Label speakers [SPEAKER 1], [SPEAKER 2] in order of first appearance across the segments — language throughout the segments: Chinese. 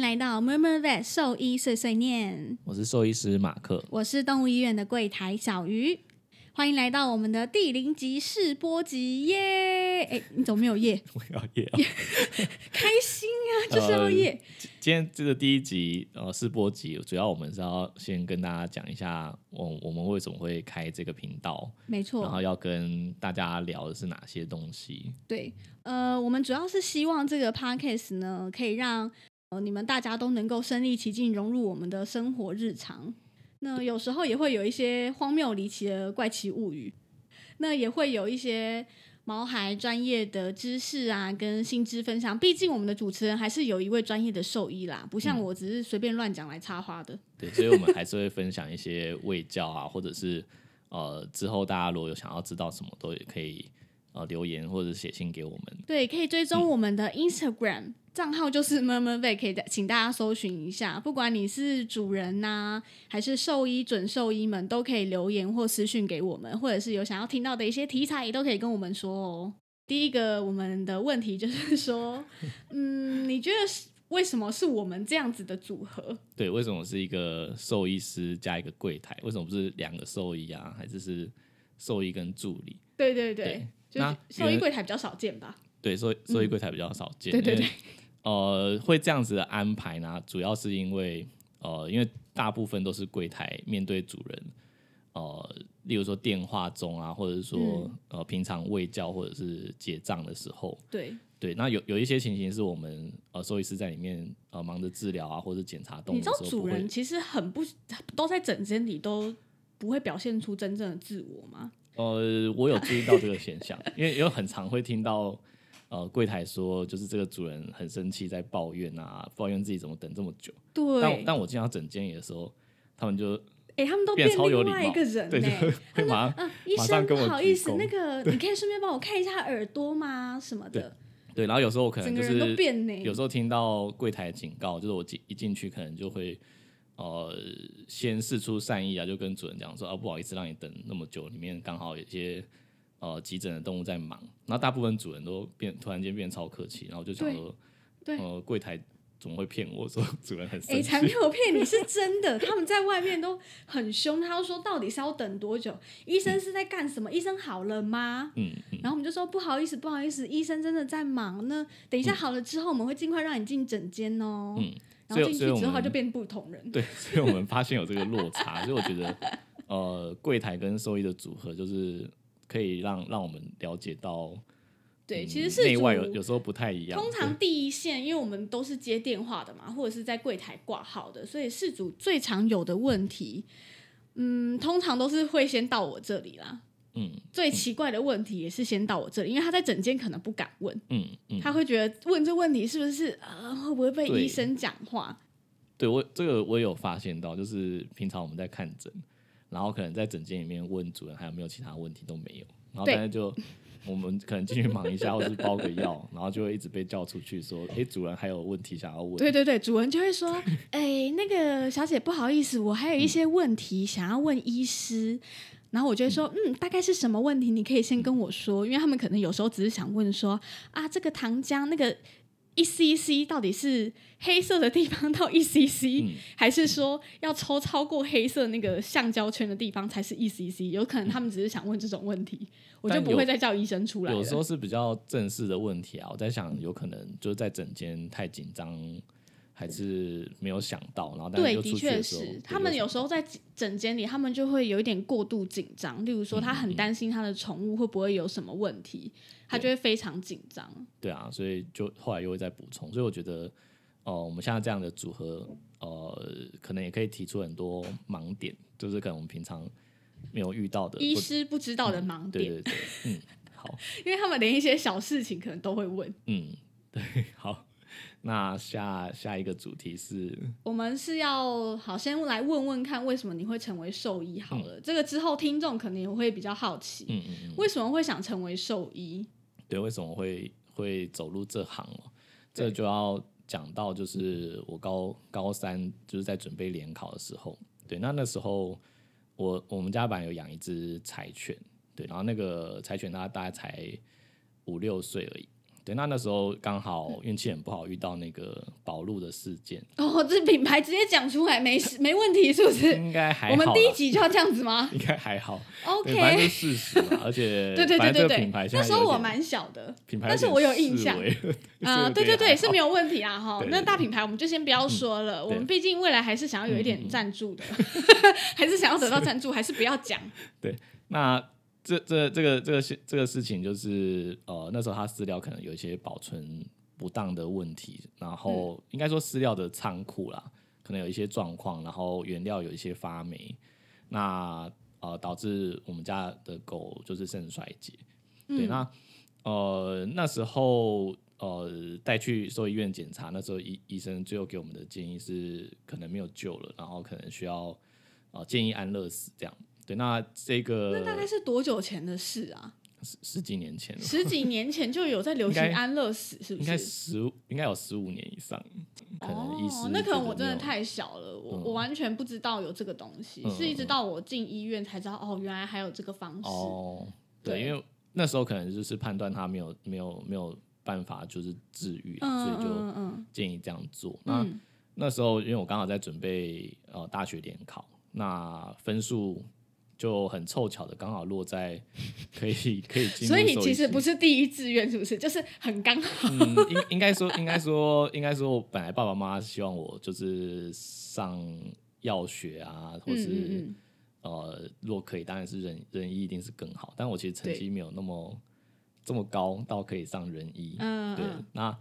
[SPEAKER 1] 来到 Murmur Vet 兽医碎碎念，
[SPEAKER 2] 我是兽医师马克，
[SPEAKER 1] 我是动物医院的柜台小鱼，欢迎来到我们的第零集试播集耶！哎，你怎么没有耶？
[SPEAKER 2] 我要夜、哦。
[SPEAKER 1] 开心啊， 就是要耶！
[SPEAKER 2] 今天这个第一集呃试播集，主要我们是要先跟大家讲一下，我我们为什么会开这个频道，
[SPEAKER 1] 没
[SPEAKER 2] 然
[SPEAKER 1] 错，
[SPEAKER 2] 后要跟大家聊的是哪些东西。
[SPEAKER 1] 对，呃，我们主要是希望这个 podcast 呢，可以让呃你们大家都能够身临其境融入我们的生活日常。那有时候也会有一些荒谬离奇的怪奇物语，那也会有一些毛孩专业的知识啊，跟新知分享。毕竟我们的主持人还是有一位专业的兽医啦，不像我只是随便乱讲来插花的。
[SPEAKER 2] 对，所以我们还是会分享一些卫教啊，或者是呃之后大家如果有想要知道什么，都也可以呃留言或者写信给我们。
[SPEAKER 1] 对，可以追
[SPEAKER 2] 嗯
[SPEAKER 1] 踪我们的 Instagram 账、号，就是 Murmur Vet，可以的请大家搜寻一下。不管你是主人呐、还是兽医、准兽医们，都可以留言或私讯给我们，或者是有想要听到的一些题材，也都可以跟我们说哦。第一个我们的问题就是说，嗯，你觉得是为什么是我们这样子的组合？
[SPEAKER 2] 对，为什么是一个兽医师加一个柜台？为什么不是两个兽医啊？还是是兽医跟助理？
[SPEAKER 1] 对对对，
[SPEAKER 2] 对
[SPEAKER 1] 就是
[SPEAKER 2] 那
[SPEAKER 1] 兽医
[SPEAKER 2] 原
[SPEAKER 1] 柜台比较少见吧？
[SPEAKER 2] 对，所以所以柜台比较少
[SPEAKER 1] 嗯
[SPEAKER 2] 见。
[SPEAKER 1] 对对
[SPEAKER 2] 因为
[SPEAKER 1] 对，
[SPEAKER 2] 呃，会这样子的安排呢，主要是因为呃，因为大部分都是柜台面对主人，呃，例如说电话中啊，或者是说、
[SPEAKER 1] 嗯
[SPEAKER 2] 呃平常喂教或者是结账的时候，
[SPEAKER 1] 对
[SPEAKER 2] 对，那有有一些情形是我们呃兽医师在里面呃忙着治疗啊，或者检查动物
[SPEAKER 1] 你
[SPEAKER 2] 的
[SPEAKER 1] 知
[SPEAKER 2] 时
[SPEAKER 1] 道
[SPEAKER 2] 候，
[SPEAKER 1] 主
[SPEAKER 2] 不会
[SPEAKER 1] 人其实很不都在整间里都不会表现出真正的自我吗？
[SPEAKER 2] 呃，我有注意到这个现象， 因为有很常会听到呃柜台说，就是这个主人很生气，在抱怨啊，抱怨自己怎么等这么久。但
[SPEAKER 1] 对，
[SPEAKER 2] 但我进到整间里的时候，他们就
[SPEAKER 1] 哎、他们都
[SPEAKER 2] 变超有
[SPEAKER 1] 另
[SPEAKER 2] 礼貌
[SPEAKER 1] 外一个人呢、
[SPEAKER 2] 对，就会马上
[SPEAKER 1] 嗯，医
[SPEAKER 2] 马
[SPEAKER 1] 生
[SPEAKER 2] 上
[SPEAKER 1] 不
[SPEAKER 2] 跟我
[SPEAKER 1] 好
[SPEAKER 2] 鞠
[SPEAKER 1] 意思，
[SPEAKER 2] 躬
[SPEAKER 1] 那个你可以顺便帮我看一下耳朵吗？什么的，
[SPEAKER 2] 对。然后有时候我可
[SPEAKER 1] 整
[SPEAKER 2] 能
[SPEAKER 1] 个
[SPEAKER 2] 就
[SPEAKER 1] 人都
[SPEAKER 2] 是
[SPEAKER 1] 变呢、
[SPEAKER 2] 有时候听到柜台警告，就是我进一进去可能就会呃先试出善意啊，就跟主人讲说啊不好意思让你等那么久，里面刚好有一些。呃，急诊的动物在忙，然后大部分主人都变突然间变超客气，然后就想
[SPEAKER 1] 对
[SPEAKER 2] 说，
[SPEAKER 1] 对
[SPEAKER 2] 呃，柜台怎么会骗我说主人很
[SPEAKER 1] 哎、
[SPEAKER 2] 生气？
[SPEAKER 1] 才没有骗你，是真的。他们在外面都很凶，他就说到底是要等多久？医生是在干什么？医生好了吗？
[SPEAKER 2] 嗯嗯，
[SPEAKER 1] 然后我们就说不好意思，不好意思，医生真的在忙呢。等一下好了之后，我们会尽快让你进诊间哦。
[SPEAKER 2] 嗯
[SPEAKER 1] 然后
[SPEAKER 2] 所以
[SPEAKER 1] 进去
[SPEAKER 2] 所以我
[SPEAKER 1] 之后
[SPEAKER 2] 们
[SPEAKER 1] 就变不同人。
[SPEAKER 2] 对，所以我们发现有这个落差，所以我觉得，呃，柜台跟兽医的组合就是可以让让我们了解到，
[SPEAKER 1] 对，
[SPEAKER 2] 嗯
[SPEAKER 1] 其实是
[SPEAKER 2] 内外有
[SPEAKER 1] 主
[SPEAKER 2] 有时候不太一样。
[SPEAKER 1] 通常第一线，因为我们都是接电话的嘛，或者是在柜台挂号的，所以事主最常有的问题，嗯，通常都是会先到我这里啦。
[SPEAKER 2] 对，嗯
[SPEAKER 1] 最奇怪的问题也是先到我这里，因为他在诊间可能不敢问，
[SPEAKER 2] 嗯嗯，
[SPEAKER 1] 他会觉得问这问题是不是呃会不会被
[SPEAKER 2] 对
[SPEAKER 1] 医生讲话？
[SPEAKER 2] 对我这个我有发现到，就是平常我们在看诊，然后可能在诊间里面问主人还有没有其他问题都没有，然后
[SPEAKER 1] 对
[SPEAKER 2] 但是就我们可能进去忙一下，或是包个药，然后就会一直被叫出去说，哎，主人还有问题想要问。
[SPEAKER 1] 对对对，主人就会说：“ 哎、那个小姐，不好意思，我还有一些问题想要问医师。然后我就会说：“嗯，大概是什么问题？你可以先跟我说，因为他们可能有时候只是想问说啊，这个糖浆那个一 cc 到底是黑色的地方 到一 cc，、
[SPEAKER 2] 嗯
[SPEAKER 1] 还是说要抽超过黑色那个橡胶圈的地方才是一 cc？有可能他们只是想问这种问题，我就
[SPEAKER 2] 但
[SPEAKER 1] 不
[SPEAKER 2] 有
[SPEAKER 1] 会再叫医生出来了。
[SPEAKER 2] 有时候是比较正式的问题啊，我在想，有可能就是在整间太紧张，还是没有想到，然后但是
[SPEAKER 1] 对，
[SPEAKER 2] 又
[SPEAKER 1] 的
[SPEAKER 2] 出去
[SPEAKER 1] 确
[SPEAKER 2] 的时候，
[SPEAKER 1] 是
[SPEAKER 2] 对，
[SPEAKER 1] 他们
[SPEAKER 2] 就
[SPEAKER 1] 有时候在诊间里，他们就会有一点过度紧张。例如
[SPEAKER 2] 嗯
[SPEAKER 1] 说，他很担心他的宠物会不会有什么问题，他就会非常紧张。
[SPEAKER 2] 对啊，所以就后来又会再补充，所以我觉得，呃，我们现在这样的组合，呃，可能也可以提出很多盲点，就是可能我们平常没有遇到的，
[SPEAKER 1] 医
[SPEAKER 2] 或
[SPEAKER 1] 师不知道的盲
[SPEAKER 2] 对
[SPEAKER 1] 点，
[SPEAKER 2] 对对，嗯，好，
[SPEAKER 1] 因为他们连一些小事情可能都会问。
[SPEAKER 2] 嗯，对， 好，那下下一个主题是，
[SPEAKER 1] 我们是要好先来问问看，为什么你会成为兽医好了？这个之后听众可能也会比较好奇，
[SPEAKER 2] 嗯嗯嗯。
[SPEAKER 1] 为什么会想成为兽医？
[SPEAKER 2] 对，为什么会会走入这行哦？
[SPEAKER 1] 对
[SPEAKER 2] 这就要讲到，就是我高高三就是在准备联考的时候，对，那那时候我我们家本来有养一只柴犬，对，然后那个柴犬它大概才五六岁而已，对，那那时候刚好
[SPEAKER 1] 嗯
[SPEAKER 2] 运气很不好，遇到那个宝路的事件，
[SPEAKER 1] 哦，这品牌直接讲出来没事没问题，是不是？
[SPEAKER 2] 应嗯该还好
[SPEAKER 1] 我
[SPEAKER 2] 啦。
[SPEAKER 1] 们第一集就要这样子吗
[SPEAKER 2] 应该还好 对，反正就
[SPEAKER 1] ？OK，
[SPEAKER 2] 是事实嘛，而 且
[SPEAKER 1] 对对
[SPEAKER 2] 反
[SPEAKER 1] 对对
[SPEAKER 2] 正这个品
[SPEAKER 1] 对
[SPEAKER 2] 牌，现
[SPEAKER 1] 那
[SPEAKER 2] 在
[SPEAKER 1] 时候
[SPEAKER 2] 有
[SPEAKER 1] 我
[SPEAKER 2] 点
[SPEAKER 1] 蛮小的，
[SPEAKER 2] 品牌，
[SPEAKER 1] 但是我有印象 啊、对对对，是没
[SPEAKER 2] 有
[SPEAKER 1] 有问题啊哈
[SPEAKER 2] 对。对
[SPEAKER 1] 那
[SPEAKER 2] 对嗯
[SPEAKER 1] 大品牌我们就先不要说了，我们毕竟未来还是想要有一
[SPEAKER 2] 嗯嗯
[SPEAKER 1] 点
[SPEAKER 2] 嗯
[SPEAKER 1] 赞助的， 还是想要得到赞助，还是不要讲。
[SPEAKER 2] 点好。那这这这个这个事这个事情就是呃，那时候他饲料可能有一些保存不当的问题，然后、
[SPEAKER 1] 嗯
[SPEAKER 2] 应该说饲料的仓库啦，可能有一些状况，然后原料有一些发霉，那呃导致我们家的狗就是肾衰竭。对，那
[SPEAKER 1] 嗯
[SPEAKER 2] 呃那时候呃带去兽医院检查，那时候医医生最后给我们的建议是可能没有救了，然后可能需要呃建议安乐死这样。对，那这个
[SPEAKER 1] 那大概是多久前的事 啊？
[SPEAKER 2] 十十几年前了，
[SPEAKER 1] 十几年前就有在流行
[SPEAKER 2] 应该
[SPEAKER 1] 安乐死，是不
[SPEAKER 2] 应该
[SPEAKER 1] 是？
[SPEAKER 2] 十应该有十五年以上，可能医师
[SPEAKER 1] 哦，那可能我
[SPEAKER 2] 觉
[SPEAKER 1] 真
[SPEAKER 2] 得没
[SPEAKER 1] 的
[SPEAKER 2] 有
[SPEAKER 1] 太小了，我、
[SPEAKER 2] 嗯
[SPEAKER 1] 我完全不知道有这个东西，
[SPEAKER 2] 嗯
[SPEAKER 1] 是一直到我进医院才知道，哦，原来还有这个方式。
[SPEAKER 2] 哦，对，
[SPEAKER 1] 对
[SPEAKER 2] 因为那时候可能就是判断他没有没有没有办法就是治愈啊、
[SPEAKER 1] 嗯
[SPEAKER 2] 所以就
[SPEAKER 1] 嗯嗯
[SPEAKER 2] 建议这样做。那、
[SPEAKER 1] 嗯
[SPEAKER 2] 那时候因为我刚好在准备呃大学联考，那分数就很凑巧的刚好落在 可以可以进
[SPEAKER 1] 嗯，
[SPEAKER 2] 入
[SPEAKER 1] 所以你
[SPEAKER 2] 兽医
[SPEAKER 1] 其实
[SPEAKER 2] 系
[SPEAKER 1] 不是第一志愿，是不是？就是很刚好。
[SPEAKER 2] 嗯，应应该说应该说应该说，我本来爸爸妈妈希望我就是上药学啊， 或
[SPEAKER 1] 嗯
[SPEAKER 2] 是、
[SPEAKER 1] 嗯嗯。
[SPEAKER 2] 呃，如果可以，当然是人人医一定是更好，但我其实成
[SPEAKER 1] 对
[SPEAKER 2] 绩没有那么这么高到可以上人医。
[SPEAKER 1] 嗯
[SPEAKER 2] 对
[SPEAKER 1] 嗯，
[SPEAKER 2] 那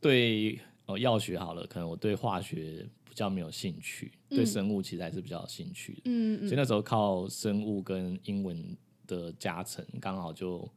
[SPEAKER 2] 对呃药学好了，可能我对化学比较没有兴趣，对
[SPEAKER 1] 嗯
[SPEAKER 2] 生物其实还是比较有兴趣的，
[SPEAKER 1] 嗯嗯
[SPEAKER 2] 所以那时候靠生物跟英文的加成，刚好就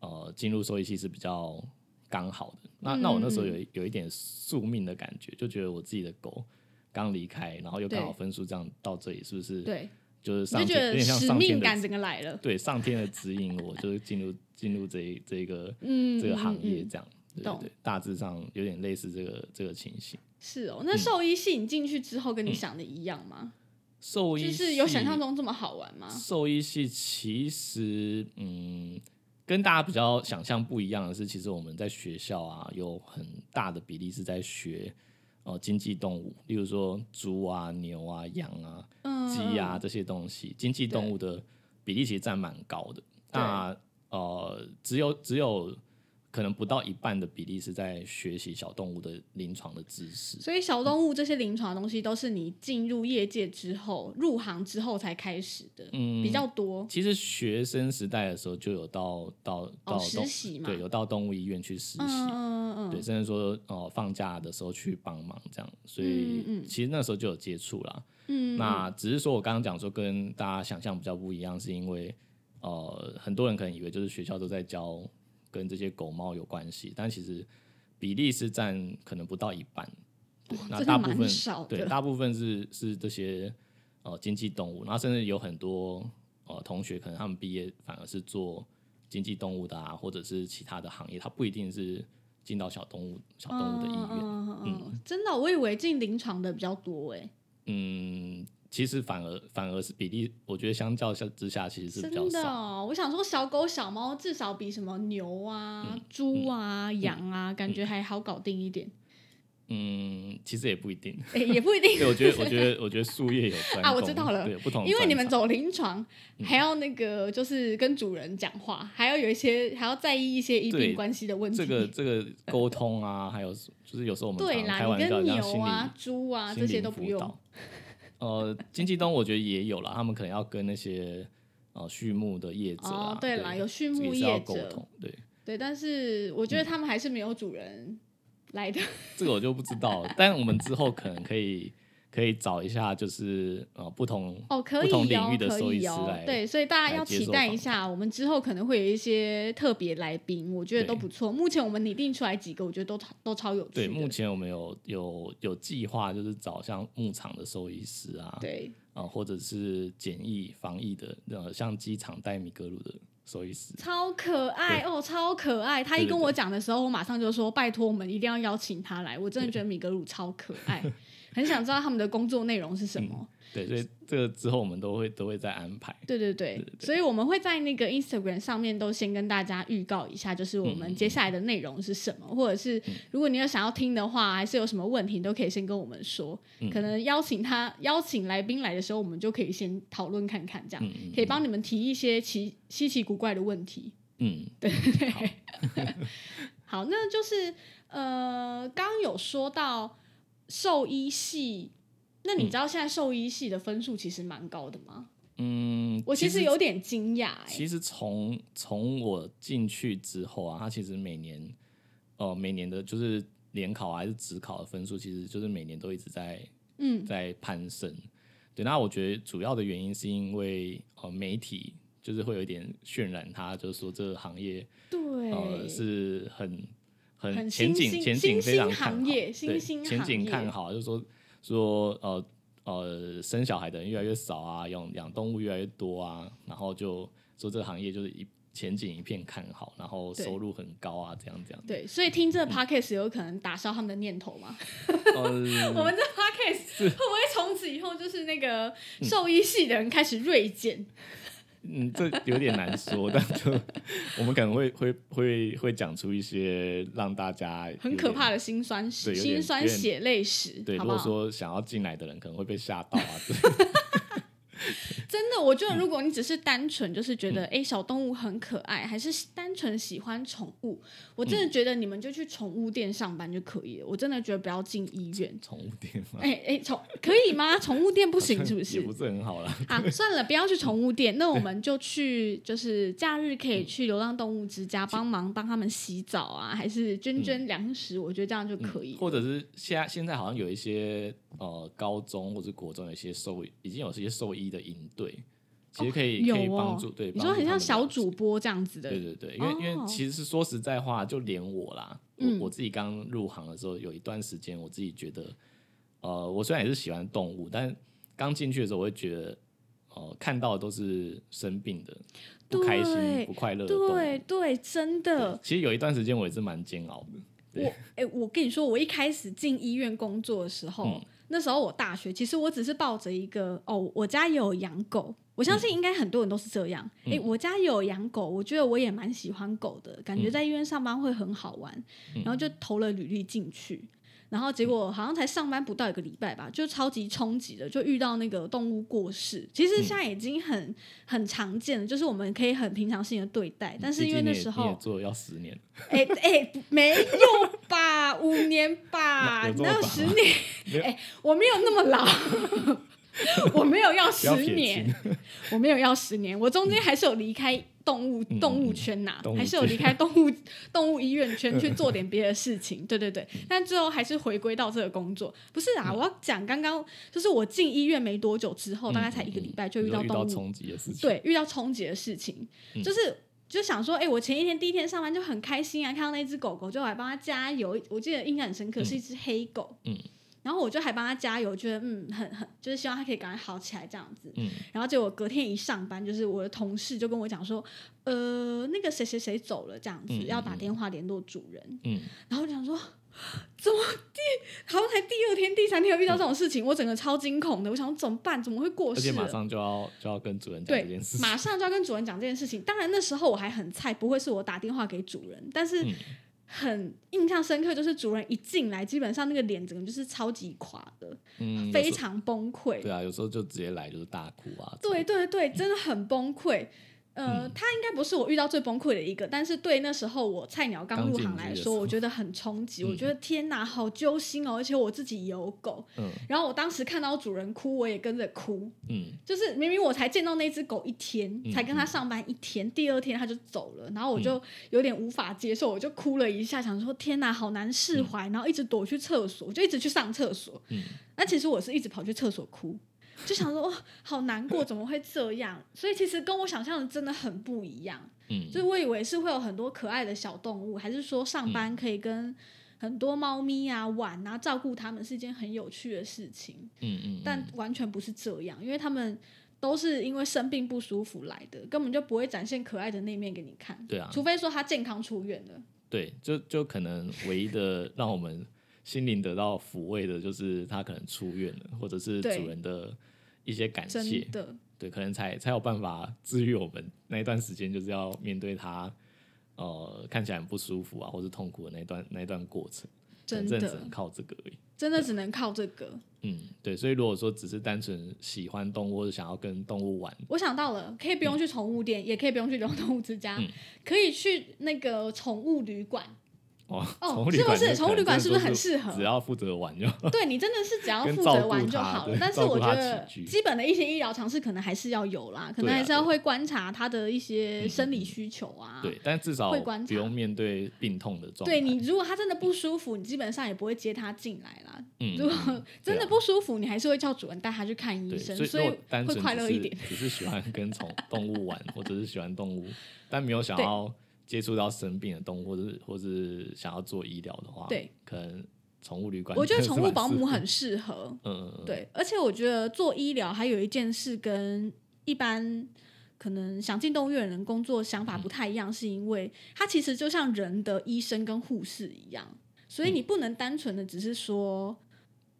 [SPEAKER 2] 呃进入兽医系是比较刚好的。那
[SPEAKER 1] 嗯
[SPEAKER 2] 那我那时候有一有一点宿命的感觉，就觉得我自己的狗刚离开，然后又刚好
[SPEAKER 1] 对
[SPEAKER 2] 分数这样到这里，是不是？
[SPEAKER 1] 嗯对，
[SPEAKER 2] 就是
[SPEAKER 1] 你就
[SPEAKER 2] 上
[SPEAKER 1] 觉
[SPEAKER 2] 天有
[SPEAKER 1] 得
[SPEAKER 2] 点像
[SPEAKER 1] 使
[SPEAKER 2] 上天
[SPEAKER 1] 命
[SPEAKER 2] 的
[SPEAKER 1] 感
[SPEAKER 2] 指
[SPEAKER 1] 整个来了。
[SPEAKER 2] 对上天的指引我，就是进入进入这一这个、
[SPEAKER 1] 嗯，
[SPEAKER 2] 这个
[SPEAKER 1] 嗯
[SPEAKER 2] 行
[SPEAKER 1] 嗯
[SPEAKER 2] 业
[SPEAKER 1] 嗯
[SPEAKER 2] 这样。对对
[SPEAKER 1] 懂
[SPEAKER 2] 对，大致上有点类似这个这个情形。
[SPEAKER 1] 是哦。
[SPEAKER 2] 嗯
[SPEAKER 1] 那兽医系你进去之后跟你想的一样吗？
[SPEAKER 2] 兽医
[SPEAKER 1] 就是有想
[SPEAKER 2] 系
[SPEAKER 1] 象中这么好玩吗？
[SPEAKER 2] 兽医系其实，嗯，跟大家比较想象不一样的是，其实我们在学校啊，有很大的比例是在学呃经济动物，例如说猪啊、牛啊、羊啊、
[SPEAKER 1] 嗯，
[SPEAKER 2] 鸡啊这些东西，经济动物的比例其实占蛮高的。那呃，只有只有可能不到一半的比例是在学习小动物的临床的知识。
[SPEAKER 1] 嗯所以小动物这些临床的东西都是你进入业界之后、入行之后才开始的，
[SPEAKER 2] 嗯，
[SPEAKER 1] 比较多
[SPEAKER 2] 其实学生时代的时候就有到到到
[SPEAKER 1] 哦，
[SPEAKER 2] 动
[SPEAKER 1] 实习嘛。
[SPEAKER 2] 对，有到动物医院去实习，
[SPEAKER 1] 嗯嗯嗯
[SPEAKER 2] 对，
[SPEAKER 1] 嗯，
[SPEAKER 2] 甚至说呃放假的时候去帮忙这样，
[SPEAKER 1] 嗯
[SPEAKER 2] 所以
[SPEAKER 1] 嗯
[SPEAKER 2] 其实那时候就有接触啦。
[SPEAKER 1] 嗯，
[SPEAKER 2] 那只是说我刚刚讲说跟大家想象比较不一样，是因为呃很多人可能以为就是学校都在教跟这些狗猫有关系，但其实比例是占可能不到一半，对
[SPEAKER 1] 哇
[SPEAKER 2] 那
[SPEAKER 1] 真
[SPEAKER 2] 大
[SPEAKER 1] 的
[SPEAKER 2] 部
[SPEAKER 1] 蛮
[SPEAKER 2] 分
[SPEAKER 1] 少
[SPEAKER 2] 对
[SPEAKER 1] 的。
[SPEAKER 2] 大部分是是这些呃经济动物，然后甚至有很多呃同学可能他们毕业反而是做经济动物的啊，或者是其他的行业，他不一定是进到小动物小动物的医
[SPEAKER 1] 嗯
[SPEAKER 2] 院，
[SPEAKER 1] 嗯嗯嗯，真的，我以为进临床的比较多哎，
[SPEAKER 2] 嗯。其实反而反而是比例，我觉得相较下之下，其实是比较
[SPEAKER 1] 真的
[SPEAKER 2] 少。
[SPEAKER 1] 哦，我想说小狗小猫至少比什么牛啊、猪啊、羊啊，感觉还好搞定一 点。
[SPEAKER 2] 嗯，其实也不一定。
[SPEAKER 1] 哎，也不一定，
[SPEAKER 2] 对，我觉得，我觉得，我觉得术业有专
[SPEAKER 1] 啊我
[SPEAKER 2] 攻
[SPEAKER 1] 知道了
[SPEAKER 2] 对，不同的专长，
[SPEAKER 1] 因为你们走临床，还要那个就是跟主人讲话，还要有一些还要在意一些医
[SPEAKER 2] 对
[SPEAKER 1] 病关系的问题。
[SPEAKER 2] 这个这个沟通啊，还有就是有时候我们
[SPEAKER 1] 对
[SPEAKER 2] 常常
[SPEAKER 1] 啦，你
[SPEAKER 2] 开玩笑，
[SPEAKER 1] 跟
[SPEAKER 2] 像
[SPEAKER 1] 牛
[SPEAKER 2] 心理
[SPEAKER 1] 啊、猪啊
[SPEAKER 2] 心
[SPEAKER 1] 这些
[SPEAKER 2] 灵
[SPEAKER 1] 都不
[SPEAKER 2] 辅
[SPEAKER 1] 用。
[SPEAKER 2] 导。呃，经济动物我觉得也有啦，他们可能要跟那些呃畜牧的业者啊，
[SPEAKER 1] 哦，对啦，有畜
[SPEAKER 2] 畜
[SPEAKER 1] 牧
[SPEAKER 2] 也是要
[SPEAKER 1] 业
[SPEAKER 2] 沟
[SPEAKER 1] 者，
[SPEAKER 2] 通。对，
[SPEAKER 1] 对，但是我
[SPEAKER 2] 嗯
[SPEAKER 1] 觉得他们还是没有主人来的。
[SPEAKER 2] 这个我就不知道了，但我们之后可能可以可以找一下，就是呃不同
[SPEAKER 1] 哦，可
[SPEAKER 2] 不同
[SPEAKER 1] 以
[SPEAKER 2] 领
[SPEAKER 1] 哦
[SPEAKER 2] 域，的
[SPEAKER 1] 可
[SPEAKER 2] 兽医
[SPEAKER 1] 以
[SPEAKER 2] 师
[SPEAKER 1] 哦
[SPEAKER 2] 来，
[SPEAKER 1] 对，所以大家
[SPEAKER 2] 来
[SPEAKER 1] 要
[SPEAKER 2] 接
[SPEAKER 1] 期
[SPEAKER 2] 受
[SPEAKER 1] 待
[SPEAKER 2] 访
[SPEAKER 1] 一下，我们之后可能会有一些特别来宾，我觉得都
[SPEAKER 2] 对
[SPEAKER 1] 不错。目前我们拟定出来几个，我觉得都超都超有趣
[SPEAKER 2] 对，
[SPEAKER 1] 的
[SPEAKER 2] 目前我们有有有计划，就是找像牧场的兽医师啊，
[SPEAKER 1] 对
[SPEAKER 2] 呃啊、或者是检疫防疫的，呃，像机场带米格鲁的兽医师。
[SPEAKER 1] 超可爱哦，超可爱！他一
[SPEAKER 2] 对对
[SPEAKER 1] 跟我
[SPEAKER 2] 对
[SPEAKER 1] 讲的时候，我马上就说：“拜托，我们一定要邀请他来。”我真的觉得米格鲁超可 爱，很想知道他们的工作内容是什么。
[SPEAKER 2] 对，所以这个之后我们都会都会再安排。
[SPEAKER 1] 对对对，所以我们会在那个 Instagram 上面都先跟大家预告一下，就是我们接下来的内容是什么，或者是如果你有想要听的话，还是有什么问题，你都可以先跟我们说。可能邀请他邀请来宾来的时候，我们就可以先讨论看看，
[SPEAKER 2] 嗯
[SPEAKER 1] 这样、可以帮你们提一些奇稀奇古怪的问题。
[SPEAKER 2] 嗯，
[SPEAKER 1] 好，那就是呃，刚刚有说到兽医系，那你知道现在兽医系的分数其实蛮高的吗？
[SPEAKER 2] 嗯，
[SPEAKER 1] 我其
[SPEAKER 2] 其
[SPEAKER 1] 实有点惊讶、欸，
[SPEAKER 2] 其实从从我进去之后啊，他其实每年呃每年的就是联考啊还是职考的分数，其实就是每年都一直在
[SPEAKER 1] 嗯
[SPEAKER 2] 在攀升。对，那我觉得主要的原因是因为呃媒体就是会有一点渲染它，就是说这个行业
[SPEAKER 1] 对，
[SPEAKER 2] 呃是很
[SPEAKER 1] 很
[SPEAKER 2] 很前
[SPEAKER 1] 新
[SPEAKER 2] 景
[SPEAKER 1] 兴
[SPEAKER 2] 前
[SPEAKER 1] 新
[SPEAKER 2] 景非常
[SPEAKER 1] 兴
[SPEAKER 2] 看
[SPEAKER 1] 行
[SPEAKER 2] 好，
[SPEAKER 1] 业
[SPEAKER 2] 对，
[SPEAKER 1] 新兴
[SPEAKER 2] 前
[SPEAKER 1] 行
[SPEAKER 2] 景
[SPEAKER 1] 业
[SPEAKER 2] 看好，就是说说呃呃生小孩的人越来越少啊，养养动物越来越多啊，然后就说这个行业就是一前景一片看好，然后
[SPEAKER 1] 对
[SPEAKER 2] 收入很高啊，这样这样。
[SPEAKER 1] 对，所以听这个 podcast 有可能打消他们的念头吗？
[SPEAKER 2] 呃，
[SPEAKER 1] 我们这 podcast 会不会从此以后就是那个兽医系的人开始锐减？
[SPEAKER 2] 嗯，这有点难说，但就我们可能会会会会讲出一些让大家有
[SPEAKER 1] 很
[SPEAKER 2] 点
[SPEAKER 1] 可怕的辛酸
[SPEAKER 2] 嗯对
[SPEAKER 1] 史、
[SPEAKER 2] 有点
[SPEAKER 1] 辛酸
[SPEAKER 2] 有点
[SPEAKER 1] 血泪史，
[SPEAKER 2] 对，
[SPEAKER 1] 好
[SPEAKER 2] 如
[SPEAKER 1] 不
[SPEAKER 2] 果
[SPEAKER 1] 好？
[SPEAKER 2] 说想要进来的人可能会被吓到啊，对
[SPEAKER 1] 真的，我觉得如果你只是单纯就是觉
[SPEAKER 2] 嗯
[SPEAKER 1] 得哎、诶小动物很可爱，还是单纯喜欢宠物，我真的觉得你们就去宠物店上班就可以了。我真的觉得不要进医院。
[SPEAKER 2] 宠物店嘛，
[SPEAKER 1] 哎哎，宠可以吗？宠物店不行是不
[SPEAKER 2] 也
[SPEAKER 1] 是？
[SPEAKER 2] 不是很好啦。
[SPEAKER 1] 啊，算了，不要去宠物店，那我们就去，就是假日可以
[SPEAKER 2] 嗯
[SPEAKER 1] 去流浪动物之家帮忙帮他们洗澡啊，还是捐捐粮食，我觉得这样就可以了。
[SPEAKER 2] 嗯或者是现在现在好像有一些呃高中或者国中有一些兽医已经有一些兽医的营队，其实可以、
[SPEAKER 1] 哦有
[SPEAKER 2] 可以帮
[SPEAKER 1] 哦
[SPEAKER 2] 助对，
[SPEAKER 1] 你
[SPEAKER 2] 帮
[SPEAKER 1] 说
[SPEAKER 2] 助
[SPEAKER 1] 很像
[SPEAKER 2] 他们
[SPEAKER 1] 小
[SPEAKER 2] 了
[SPEAKER 1] 主播这样子的，
[SPEAKER 2] 对对对，因为、因
[SPEAKER 1] 哦嗯
[SPEAKER 2] 为其实是说实在话，就连我啦，我、我自己刚入行的时候，有一段时间我自己觉得，呃，我虽然也是喜欢动物，但刚进去的时候，我会觉得，呃，看到的都是生病的、不开心
[SPEAKER 1] 对、
[SPEAKER 2] 不快乐的动物。
[SPEAKER 1] 对对，真的。
[SPEAKER 2] 其实有一段时间我也是蛮煎熬的。
[SPEAKER 1] 我哎、我跟你说，我一开始进医院工作的时候，
[SPEAKER 2] 嗯
[SPEAKER 1] 那时候我大学，其实我只是抱着一个哦，我家也有养狗，我相
[SPEAKER 2] 嗯
[SPEAKER 1] 信应该很多人都是这样。哎、我家也有养狗，我觉得我也蛮喜欢狗的，感
[SPEAKER 2] 嗯
[SPEAKER 1] 觉在医院上班会很好玩，然后就投了履历进去。然后结果好像才上班不到一个礼拜吧，就超级冲击的，就遇到那个动物过世。其实
[SPEAKER 2] 嗯
[SPEAKER 1] 现在已经很、很常见了，就是我们可以很平常心的对待。但是
[SPEAKER 2] 毕
[SPEAKER 1] 因为
[SPEAKER 2] 竟
[SPEAKER 1] 那
[SPEAKER 2] 你也
[SPEAKER 1] 时
[SPEAKER 2] 你
[SPEAKER 1] 候
[SPEAKER 2] 也做了要十年，
[SPEAKER 1] 哎、哎、不没有吧，五年吧，
[SPEAKER 2] 有有这么
[SPEAKER 1] 哪有
[SPEAKER 2] 短
[SPEAKER 1] 十
[SPEAKER 2] 吗
[SPEAKER 1] 年？
[SPEAKER 2] 没有
[SPEAKER 1] 哎、我没有那么老， 我没有要
[SPEAKER 2] 不
[SPEAKER 1] 十
[SPEAKER 2] 要撇
[SPEAKER 1] 年
[SPEAKER 2] 清，。
[SPEAKER 1] 我没有要十年，我中间还是有离开动物、动物圈呐、
[SPEAKER 2] 嗯动物
[SPEAKER 1] 还是有离开动 物动物医院圈去做点别的事情。对对对，但最后还是回归到这个工作。不是
[SPEAKER 2] 嗯
[SPEAKER 1] 啊，我要讲刚刚就是我进医院没多久之后，哦大概才一个礼拜就
[SPEAKER 2] 嗯你
[SPEAKER 1] 遇
[SPEAKER 2] 说
[SPEAKER 1] 到
[SPEAKER 2] 遇
[SPEAKER 1] 动
[SPEAKER 2] 到
[SPEAKER 1] 物
[SPEAKER 2] 冲击的事情，
[SPEAKER 1] 对，遇到冲击的事情，
[SPEAKER 2] 嗯
[SPEAKER 1] 就是就想说，哎、我前一天第一天上班就很开心啊，看到那只狗狗就来帮它加油，我记得印象很深刻，是一只黑狗，
[SPEAKER 2] 嗯
[SPEAKER 1] 然后我就还帮它加油，觉得嗯，很很就是希望它可以赶快好起来这样子，
[SPEAKER 2] 嗯
[SPEAKER 1] 然后结果隔天一上班，就是我的同事就跟我讲说，呃，那个谁谁谁走了这样子，
[SPEAKER 2] 嗯嗯
[SPEAKER 1] 要打电话联络主人，
[SPEAKER 2] 嗯，
[SPEAKER 1] 然后我想说。怎么第好像才第二天、第三天有遇到这种事情，我整个超惊恐的。我想说怎么办？怎么会过
[SPEAKER 2] 而
[SPEAKER 1] 世
[SPEAKER 2] 且
[SPEAKER 1] 了？
[SPEAKER 2] 马上就要就要跟主人讲
[SPEAKER 1] 对
[SPEAKER 2] 这件事情，
[SPEAKER 1] 马上就要跟主人讲这件事情。当然那时候我还很菜，不会是我打电话给主人，但
[SPEAKER 2] 嗯
[SPEAKER 1] 是很印象深刻，就是主人一进来，基本上那个脸整个就是超级垮的，
[SPEAKER 2] 嗯，有
[SPEAKER 1] 非
[SPEAKER 2] 时
[SPEAKER 1] 常崩溃。
[SPEAKER 2] 对啊，有时候就直接来就是大哭啊，
[SPEAKER 1] 对对对，真的很崩溃。
[SPEAKER 2] 嗯
[SPEAKER 1] 呃，他应该不是我遇到最崩溃的一个，但是对那时候我菜鸟刚
[SPEAKER 2] 刚
[SPEAKER 1] 入
[SPEAKER 2] 进
[SPEAKER 1] 行
[SPEAKER 2] 去嗯
[SPEAKER 1] 来
[SPEAKER 2] 的时
[SPEAKER 1] 说，我
[SPEAKER 2] 候
[SPEAKER 1] 觉得很冲击。我觉得天哪，好揪心哦！而且我自己有狗，
[SPEAKER 2] 嗯
[SPEAKER 1] 然后我当时看到主人哭，我也跟着哭。
[SPEAKER 2] 嗯
[SPEAKER 1] 就是明明我才见到那只狗一天，
[SPEAKER 2] 嗯
[SPEAKER 1] 才跟它上班一天，第二天它就走了，然后我就有点无法接受，我就哭了一下，想说天哪，好难释怀，然后一直躲去厕所，我就一直去上厕所。
[SPEAKER 2] 嗯
[SPEAKER 1] 那其实我是一直跑去厕所哭，就想说哦，好难 过，怎么会这样？所以其实跟我想象的真的很不一样，
[SPEAKER 2] 嗯，
[SPEAKER 1] 就是我以为是会有很多可爱的小动物，还是说上班
[SPEAKER 2] 嗯
[SPEAKER 1] 可以跟很多猫咪啊玩啊，照顾它们是一件很有趣的事情。
[SPEAKER 2] 嗯嗯，
[SPEAKER 1] 但完全不是这样，因为他们都是因为生病不舒服来的，根本就不会展现可爱的那一面给你看。
[SPEAKER 2] 对啊
[SPEAKER 1] 除非说他健康出院了。
[SPEAKER 2] 对，就就可能唯一的让我们心灵得到抚慰的，就是他可能出院了，或者是
[SPEAKER 1] 对
[SPEAKER 2] 主人的一些感谢
[SPEAKER 1] 真，的，
[SPEAKER 2] 对，可能才才有办法治愈我们那一段时间，就是要面对他呃看起来很不舒服啊，或是痛苦的那一段那一段过程，可
[SPEAKER 1] 真
[SPEAKER 2] 能真的只能
[SPEAKER 1] 的，
[SPEAKER 2] 靠这个而已。
[SPEAKER 1] 真的只能靠这个。
[SPEAKER 2] 嗯，对，所以如果说只是单纯喜欢动物或者想要跟动物玩，
[SPEAKER 1] 我想到了，可以不用去宠物店，也可以不用去流浪动物之家，
[SPEAKER 2] 嗯
[SPEAKER 1] 可以去那个宠物旅 馆。
[SPEAKER 2] 哦，
[SPEAKER 1] 哦
[SPEAKER 2] 宠物旅馆
[SPEAKER 1] 是不是
[SPEAKER 2] 就可能
[SPEAKER 1] 宠物旅馆
[SPEAKER 2] 真
[SPEAKER 1] 是不
[SPEAKER 2] 的
[SPEAKER 1] 是很
[SPEAKER 2] 都
[SPEAKER 1] 适合
[SPEAKER 2] 只要负责玩就好。
[SPEAKER 1] 对你真的是只要
[SPEAKER 2] 跟
[SPEAKER 1] 负
[SPEAKER 2] 照
[SPEAKER 1] 责
[SPEAKER 2] 顾
[SPEAKER 1] 玩就
[SPEAKER 2] 它
[SPEAKER 1] 好了
[SPEAKER 2] 对，
[SPEAKER 1] 但是
[SPEAKER 2] 照
[SPEAKER 1] 我
[SPEAKER 2] 顾
[SPEAKER 1] 觉
[SPEAKER 2] 它
[SPEAKER 1] 得
[SPEAKER 2] 起居
[SPEAKER 1] 基本的一些医疗常识可能还是要有啦，可
[SPEAKER 2] 对
[SPEAKER 1] 能
[SPEAKER 2] 啊
[SPEAKER 1] 还是要
[SPEAKER 2] 对
[SPEAKER 1] 会观察它的一些生理需求啊。
[SPEAKER 2] 对，但至少
[SPEAKER 1] 会观察
[SPEAKER 2] 不用面对病痛的状态。
[SPEAKER 1] 对你，如果它真的不舒服，你基本上也不会接它进来啦。
[SPEAKER 2] 嗯，
[SPEAKER 1] 如果
[SPEAKER 2] 嗯
[SPEAKER 1] 真
[SPEAKER 2] 对
[SPEAKER 1] 的
[SPEAKER 2] 啊
[SPEAKER 1] 不舒服，你还是会叫主人带它去看医
[SPEAKER 2] 对，
[SPEAKER 1] 生，
[SPEAKER 2] 所
[SPEAKER 1] 所
[SPEAKER 2] 如果单
[SPEAKER 1] 会
[SPEAKER 2] 纯
[SPEAKER 1] 快
[SPEAKER 2] 只
[SPEAKER 1] 乐一
[SPEAKER 2] 是
[SPEAKER 1] 点。
[SPEAKER 2] 只是喜欢跟 宠动物玩，或者是喜欢动物，但没有想
[SPEAKER 1] 对
[SPEAKER 2] 要接触到生病的动物，或是或是想要做医疗的话，
[SPEAKER 1] 对，
[SPEAKER 2] 可能宠物旅馆
[SPEAKER 1] 我觉得
[SPEAKER 2] 真的
[SPEAKER 1] 宠
[SPEAKER 2] 是
[SPEAKER 1] 物
[SPEAKER 2] 蛮
[SPEAKER 1] 保
[SPEAKER 2] 适
[SPEAKER 1] 姆
[SPEAKER 2] 合
[SPEAKER 1] 很适合，
[SPEAKER 2] 嗯，嗯，
[SPEAKER 1] 对，而且我觉得做医疗还有一件事跟一般可能想进动物园的人工作想
[SPEAKER 2] 嗯
[SPEAKER 1] 法不太一样，是因为它其实就像人的医生跟护士一样，所
[SPEAKER 2] 嗯
[SPEAKER 1] 以你不能单纯的只是说。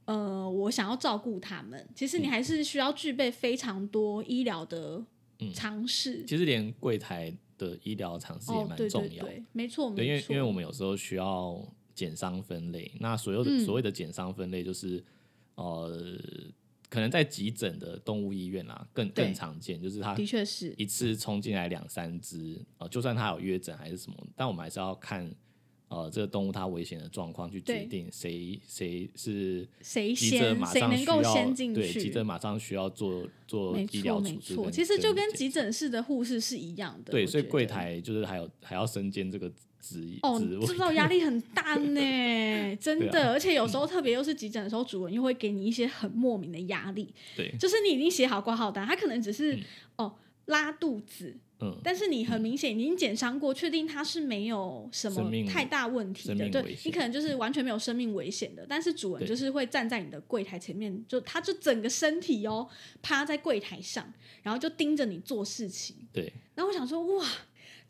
[SPEAKER 1] 呃，我想要照顾他们，其实你还是需要具备非常多医疗的
[SPEAKER 2] 嗯
[SPEAKER 1] 常识。
[SPEAKER 2] 其实连柜台的医疗常识也
[SPEAKER 1] 哦，
[SPEAKER 2] 蛮
[SPEAKER 1] 对
[SPEAKER 2] 重
[SPEAKER 1] 对
[SPEAKER 2] 要的。
[SPEAKER 1] 对，没错
[SPEAKER 2] 对，
[SPEAKER 1] 嗯没
[SPEAKER 2] 因为因为
[SPEAKER 1] 错，
[SPEAKER 2] 我们有时候需要减伤分类，那所有的、
[SPEAKER 1] 嗯
[SPEAKER 2] 所谓的减伤分类就是呃，可能在急诊的动物医院啦，更
[SPEAKER 1] 对
[SPEAKER 2] 更常见，就是它
[SPEAKER 1] 的确是
[SPEAKER 2] 一次冲进来两三只，呃，就算它有约诊还是什么，但我们还是要看。呃，这个动物它危险的状况去决
[SPEAKER 1] 对
[SPEAKER 2] 定谁谁是
[SPEAKER 1] 谁
[SPEAKER 2] 急着
[SPEAKER 1] 先
[SPEAKER 2] 马
[SPEAKER 1] 谁
[SPEAKER 2] 上
[SPEAKER 1] 能
[SPEAKER 2] 需要
[SPEAKER 1] 够先进
[SPEAKER 2] 对，
[SPEAKER 1] 去，
[SPEAKER 2] 急着马上需要做做
[SPEAKER 1] 没
[SPEAKER 2] 医疗
[SPEAKER 1] 错
[SPEAKER 2] 处
[SPEAKER 1] 没
[SPEAKER 2] 置
[SPEAKER 1] 错，
[SPEAKER 2] 跟。
[SPEAKER 1] 其实就跟
[SPEAKER 2] 急。
[SPEAKER 1] 急诊室的护士是一样的。
[SPEAKER 2] 对，
[SPEAKER 1] 我
[SPEAKER 2] 所以
[SPEAKER 1] 觉
[SPEAKER 2] 柜
[SPEAKER 1] 得
[SPEAKER 2] 台就是还有还要身兼这个职
[SPEAKER 1] 哦，
[SPEAKER 2] 职
[SPEAKER 1] 你
[SPEAKER 2] 位
[SPEAKER 1] 知，不知道压力 很大呢？真
[SPEAKER 2] 对啊嗯
[SPEAKER 1] 的，而且有时候特别又是急诊的时候，主人又会给你一些很莫名的压力，
[SPEAKER 2] 对，
[SPEAKER 1] 就是你已经写好挂号单，他可能只是、哦拉肚子，
[SPEAKER 2] 嗯，
[SPEAKER 1] 但是你很明显已经检伤过，确定他是没有什
[SPEAKER 2] 生
[SPEAKER 1] 么
[SPEAKER 2] 命
[SPEAKER 1] 太大问题
[SPEAKER 2] 生
[SPEAKER 1] 的，
[SPEAKER 2] 命危
[SPEAKER 1] 对
[SPEAKER 2] 险
[SPEAKER 1] 你可能就是完全没有生命危险的，但是主人
[SPEAKER 2] 对
[SPEAKER 1] 就是会站在你的柜台前面，就他就整个身体哦趴在柜台上，然后就盯着你做事情。
[SPEAKER 2] 对，
[SPEAKER 1] 然后我想说，哇，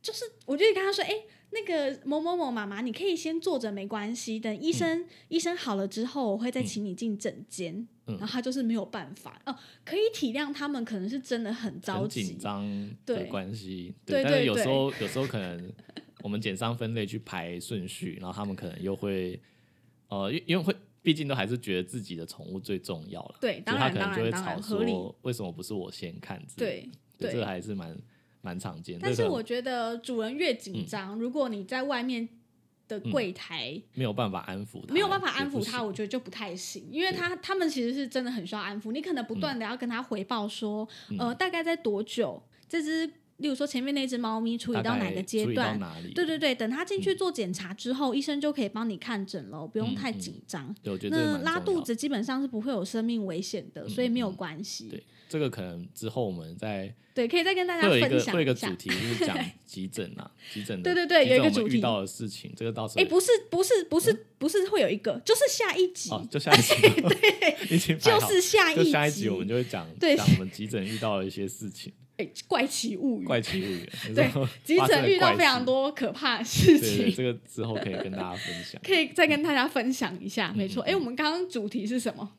[SPEAKER 1] 就是我就跟他说，哎、那个某某某妈妈，你可以先坐着没关系，等
[SPEAKER 2] 嗯
[SPEAKER 1] 医生、医生好了之后，我会再请你进诊间。
[SPEAKER 2] 嗯
[SPEAKER 1] 然后他就是没有办法哦，可以体谅他们，可能是真的很着
[SPEAKER 2] 很
[SPEAKER 1] 急，
[SPEAKER 2] 紧张的
[SPEAKER 1] 对
[SPEAKER 2] 关系，
[SPEAKER 1] 对
[SPEAKER 2] 但是
[SPEAKER 1] 对
[SPEAKER 2] 有
[SPEAKER 1] 对
[SPEAKER 2] 时候有时候可能我们减伤分类去排顺序，然后他们可能又会，呃，因因为会，毕竟都还是觉得自己的宠物最重要了，
[SPEAKER 1] 对，
[SPEAKER 2] 所
[SPEAKER 1] 当
[SPEAKER 2] 以他
[SPEAKER 1] 然
[SPEAKER 2] 可
[SPEAKER 1] 当
[SPEAKER 2] 能就
[SPEAKER 1] 然
[SPEAKER 2] 会
[SPEAKER 1] 当
[SPEAKER 2] 吵
[SPEAKER 1] 然合理，
[SPEAKER 2] 说为什么不是我先看之类的，
[SPEAKER 1] 对
[SPEAKER 2] 对，这
[SPEAKER 1] 对
[SPEAKER 2] 个还是蛮蛮常见，
[SPEAKER 1] 但
[SPEAKER 2] 这嗯
[SPEAKER 1] 是
[SPEAKER 2] 可能
[SPEAKER 1] 我觉得主人越紧张，如果你在外面的
[SPEAKER 2] 嗯
[SPEAKER 1] 柜台。
[SPEAKER 2] 没有办法安抚他，
[SPEAKER 1] 没有办法安
[SPEAKER 2] 也不
[SPEAKER 1] 抚
[SPEAKER 2] 行
[SPEAKER 1] 他，，我觉得就不太行，因为他他们其实是真的很需要安抚，你可能不断的要跟他回报说，
[SPEAKER 2] 嗯
[SPEAKER 1] 呃，大概在多久这只，例如说前面那只猫咪处理
[SPEAKER 2] 大
[SPEAKER 1] 到哪
[SPEAKER 2] 概
[SPEAKER 1] 个阶
[SPEAKER 2] 注意到
[SPEAKER 1] 段，
[SPEAKER 2] 哪里，嗯
[SPEAKER 1] 对对对，等它进去做检查之后，医生就可以帮你看诊了，不用太紧张。
[SPEAKER 2] 对，嗯我觉得这个
[SPEAKER 1] 那
[SPEAKER 2] 蛮
[SPEAKER 1] 拉
[SPEAKER 2] 重要
[SPEAKER 1] 肚
[SPEAKER 2] 的
[SPEAKER 1] 子基本上是不会有生命危险的，所以没有关系。
[SPEAKER 2] 对，这个可能之后我们再。
[SPEAKER 1] 对，可以再跟大家
[SPEAKER 2] 会有一
[SPEAKER 1] 分
[SPEAKER 2] 个会
[SPEAKER 1] 享
[SPEAKER 2] 有一个
[SPEAKER 1] 下
[SPEAKER 2] 主。题就是讲急诊 啊，急诊的
[SPEAKER 1] 对对对
[SPEAKER 2] 急
[SPEAKER 1] 有一
[SPEAKER 2] 诊
[SPEAKER 1] 个
[SPEAKER 2] 我们
[SPEAKER 1] 主
[SPEAKER 2] 遇
[SPEAKER 1] 题
[SPEAKER 2] 到的事情，这个到时候
[SPEAKER 1] 哎，不是不是不是不是会有一个，就是下一集，
[SPEAKER 2] 哦，就下一集 吧 已经排
[SPEAKER 1] 就
[SPEAKER 2] 好
[SPEAKER 1] 是下
[SPEAKER 2] 就
[SPEAKER 1] 一
[SPEAKER 2] 下一集
[SPEAKER 1] 集
[SPEAKER 2] 我们就会讲
[SPEAKER 1] 对
[SPEAKER 2] 讲我们急诊遇到的一些事情，
[SPEAKER 1] 哎，怪奇物语，
[SPEAKER 2] 怪奇物语，你
[SPEAKER 1] 对
[SPEAKER 2] 说
[SPEAKER 1] 急
[SPEAKER 2] 发生
[SPEAKER 1] 诊
[SPEAKER 2] 的
[SPEAKER 1] 遇到
[SPEAKER 2] 怪
[SPEAKER 1] 非常
[SPEAKER 2] 事，
[SPEAKER 1] 多可怕的事
[SPEAKER 2] 对对对，
[SPEAKER 1] 情，
[SPEAKER 2] 这个之后可以跟大家分 享。
[SPEAKER 1] 可以再跟大家分享一
[SPEAKER 2] 嗯
[SPEAKER 1] 下。没错，哎，我们刚刚主题是什么？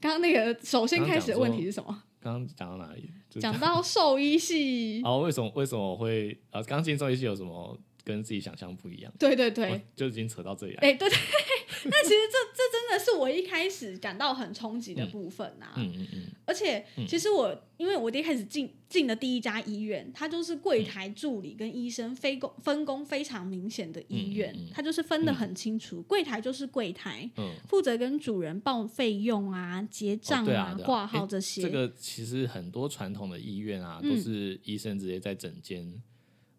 [SPEAKER 1] 刚刚那个首先
[SPEAKER 2] 刚刚
[SPEAKER 1] 开始的
[SPEAKER 2] 讲说
[SPEAKER 1] 问题是什么？
[SPEAKER 2] 刚刚讲到哪里？就
[SPEAKER 1] 讲到兽医系，
[SPEAKER 2] 哦，为什么为什么我会啊？刚刚进兽医系有什么跟自己想象不一样？
[SPEAKER 1] 对对
[SPEAKER 2] 我
[SPEAKER 1] 对，
[SPEAKER 2] 就已经扯到这里来。
[SPEAKER 1] 哎对对。 但其实这这真的是我一开始感到很冲击的部分啊！
[SPEAKER 2] 嗯嗯嗯，
[SPEAKER 1] 而且其实我、因为我一开始进进的第一家医院，它就是
[SPEAKER 2] 嗯
[SPEAKER 1] 柜台助理跟医生分工分工非常明显的医院，
[SPEAKER 2] 嗯嗯嗯
[SPEAKER 1] 它就是分得很清楚，柜台就是柜台，
[SPEAKER 2] 嗯
[SPEAKER 1] 负责跟主人报费用啊、结账
[SPEAKER 2] 哦对啊对啊
[SPEAKER 1] 挂、
[SPEAKER 2] 诶
[SPEAKER 1] 号这些。
[SPEAKER 2] 这个其实很多传统的医院啊，
[SPEAKER 1] 嗯
[SPEAKER 2] 都是医生直接在诊间，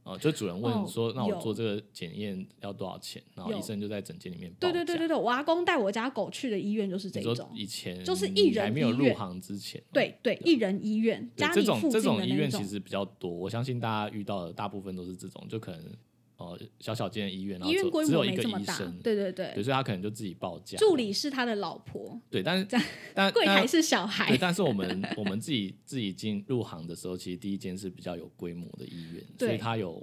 [SPEAKER 2] 哦、就主人问
[SPEAKER 1] 哦
[SPEAKER 2] 说，那我
[SPEAKER 1] 有
[SPEAKER 2] 做这个检验要多少钱？然后
[SPEAKER 1] 有
[SPEAKER 2] 医生就在诊间里面报
[SPEAKER 1] 对
[SPEAKER 2] 价。
[SPEAKER 1] 对对对对，我阿公带我家狗去的医院就是这
[SPEAKER 2] 你
[SPEAKER 1] 一
[SPEAKER 2] 说
[SPEAKER 1] 种，
[SPEAKER 2] 以前
[SPEAKER 1] 就是一人
[SPEAKER 2] 还没有
[SPEAKER 1] 医
[SPEAKER 2] 入
[SPEAKER 1] 院
[SPEAKER 2] 行之前，
[SPEAKER 1] 对对，一人医院，
[SPEAKER 2] 对
[SPEAKER 1] 家
[SPEAKER 2] 这
[SPEAKER 1] 里
[SPEAKER 2] 种
[SPEAKER 1] 附
[SPEAKER 2] 这
[SPEAKER 1] 近的
[SPEAKER 2] 种医
[SPEAKER 1] 那
[SPEAKER 2] 院
[SPEAKER 1] 种
[SPEAKER 2] 其。实比较多，我相信大家遇到的大部分都是这种，就可能呃小小间的医院，然
[SPEAKER 1] 医
[SPEAKER 2] 后
[SPEAKER 1] 院
[SPEAKER 2] 只
[SPEAKER 1] 规
[SPEAKER 2] 只有
[SPEAKER 1] 模
[SPEAKER 2] 一
[SPEAKER 1] 没
[SPEAKER 2] 个
[SPEAKER 1] 这么
[SPEAKER 2] 医
[SPEAKER 1] 大
[SPEAKER 2] 生，，
[SPEAKER 1] 对对对，
[SPEAKER 2] 对，所以他可能就自己报价。
[SPEAKER 1] 助理是他的老婆，
[SPEAKER 2] 对，但是
[SPEAKER 1] 这样
[SPEAKER 2] 但
[SPEAKER 1] 柜
[SPEAKER 2] 但
[SPEAKER 1] 台是小孩
[SPEAKER 2] 对，，但是我们我们自己自己进入行的时候，其实第一间是比较有规模的医院，所以
[SPEAKER 1] 对
[SPEAKER 2] 它有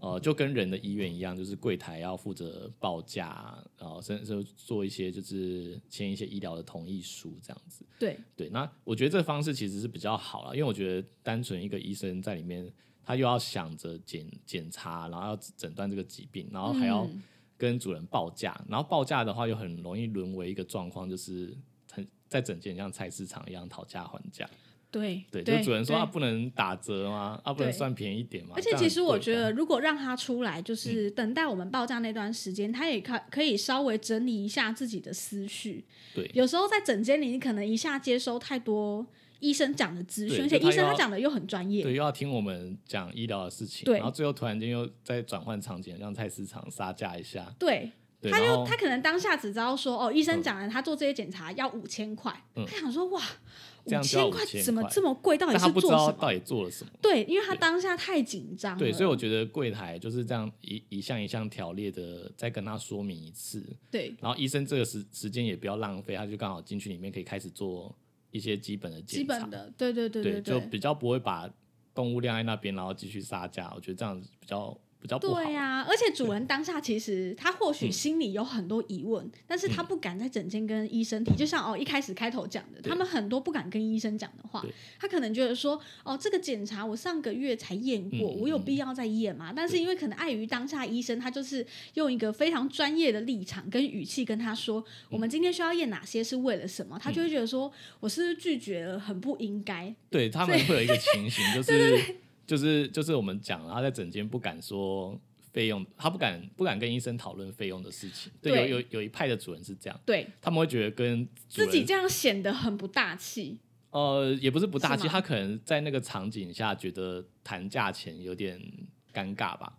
[SPEAKER 2] 呃，就跟人的医院一样，就是柜台要负责报价，然后甚至做一些就是签一些医疗的同意书这样子。
[SPEAKER 1] 对
[SPEAKER 2] 对，那我觉得这方式其实是比较好了，因为我觉得单纯一个医生在里面，他又要想着检检查，然后要诊断这个疾病，然后还要
[SPEAKER 1] 嗯
[SPEAKER 2] 跟主人报价，然后报价的话又很容易沦为一个状况，就是很在整件像菜市场一样讨价还价。
[SPEAKER 1] 对
[SPEAKER 2] 对，就主人
[SPEAKER 1] 对
[SPEAKER 2] 说啊，不能打折吗？啊，不能
[SPEAKER 1] 对
[SPEAKER 2] 算便宜一点吗？
[SPEAKER 1] 而且
[SPEAKER 2] 这样嗯
[SPEAKER 1] 其实
[SPEAKER 2] 很
[SPEAKER 1] 我
[SPEAKER 2] 贵
[SPEAKER 1] 觉
[SPEAKER 2] 的
[SPEAKER 1] 得，如果让他出来，就是等待我们报价那段时间，他也可可以稍微整理一下自己的思绪。
[SPEAKER 2] 对
[SPEAKER 1] 有时候在诊间里，你可能一下接收太多医生讲的资讯，
[SPEAKER 2] 对
[SPEAKER 1] 而且
[SPEAKER 2] 就他
[SPEAKER 1] 医生
[SPEAKER 2] 要
[SPEAKER 1] 他讲的又很专业。
[SPEAKER 2] 对，又要听我们讲医疗的事情，
[SPEAKER 1] 对
[SPEAKER 2] 然后最后突然间又再转换场景，让菜市场杀价一下。
[SPEAKER 1] 对，
[SPEAKER 2] 对，
[SPEAKER 1] 他
[SPEAKER 2] 然
[SPEAKER 1] 就
[SPEAKER 2] 后
[SPEAKER 1] 他可能当下只知道说，哦，医生讲了，他做这些检查要五千块，
[SPEAKER 2] 嗯
[SPEAKER 1] 他想说哇，
[SPEAKER 2] 这样就要
[SPEAKER 1] 千块
[SPEAKER 2] 5000
[SPEAKER 1] 怎么
[SPEAKER 2] 块
[SPEAKER 1] 这么贵？到底
[SPEAKER 2] 但他
[SPEAKER 1] 是
[SPEAKER 2] 不知
[SPEAKER 1] 做
[SPEAKER 2] 道
[SPEAKER 1] 什么？啊
[SPEAKER 2] 到底做了什么。
[SPEAKER 1] 对，因为他当下太紧张了。
[SPEAKER 2] 对，所以我觉得柜台就是这样一一项一项条列的，再跟他说明一次，
[SPEAKER 1] 对
[SPEAKER 2] 然后医生这个时时间也不要浪费，他就刚好进去里面可以开始做一些基本的检查，
[SPEAKER 1] 基本的，对对对对
[SPEAKER 2] 就比较不会把动物晾在那边，然后继续杀价。我觉得这样比较比较不好。嗯
[SPEAKER 1] 对呀、而且主人当下其实他或许心里有很多疑问，但是他不敢在诊间跟医生提。就像哦一开始开头讲的，
[SPEAKER 2] 对
[SPEAKER 1] 他们很多不敢跟医生讲的话
[SPEAKER 2] 对，
[SPEAKER 1] 他可能觉得说哦这个检查我上个月才验过，
[SPEAKER 2] 嗯嗯
[SPEAKER 1] 我有必要再验吗？但是因为可能碍于当下医生他就是用一个非常专业的立场跟语气跟他说，我
[SPEAKER 2] 嗯
[SPEAKER 1] 们今天需要验哪些是为了什么，他就会觉得说我是不是拒绝了，很不应该。
[SPEAKER 2] 对他们会有一个情形，就是就是就是我们讲，他在整间不敢说费用，他不敢不敢跟医生讨论费用的事情。
[SPEAKER 1] 对
[SPEAKER 2] 有有有一派的主人是这样，
[SPEAKER 1] 对
[SPEAKER 2] 他们会觉得跟主
[SPEAKER 1] 自
[SPEAKER 2] 人
[SPEAKER 1] 己这样显得很不大气。
[SPEAKER 2] 呃也不是不大
[SPEAKER 1] 是
[SPEAKER 2] 气，
[SPEAKER 1] 吗
[SPEAKER 2] 他可能在那个场景下觉得谈价钱有点尴尬吧。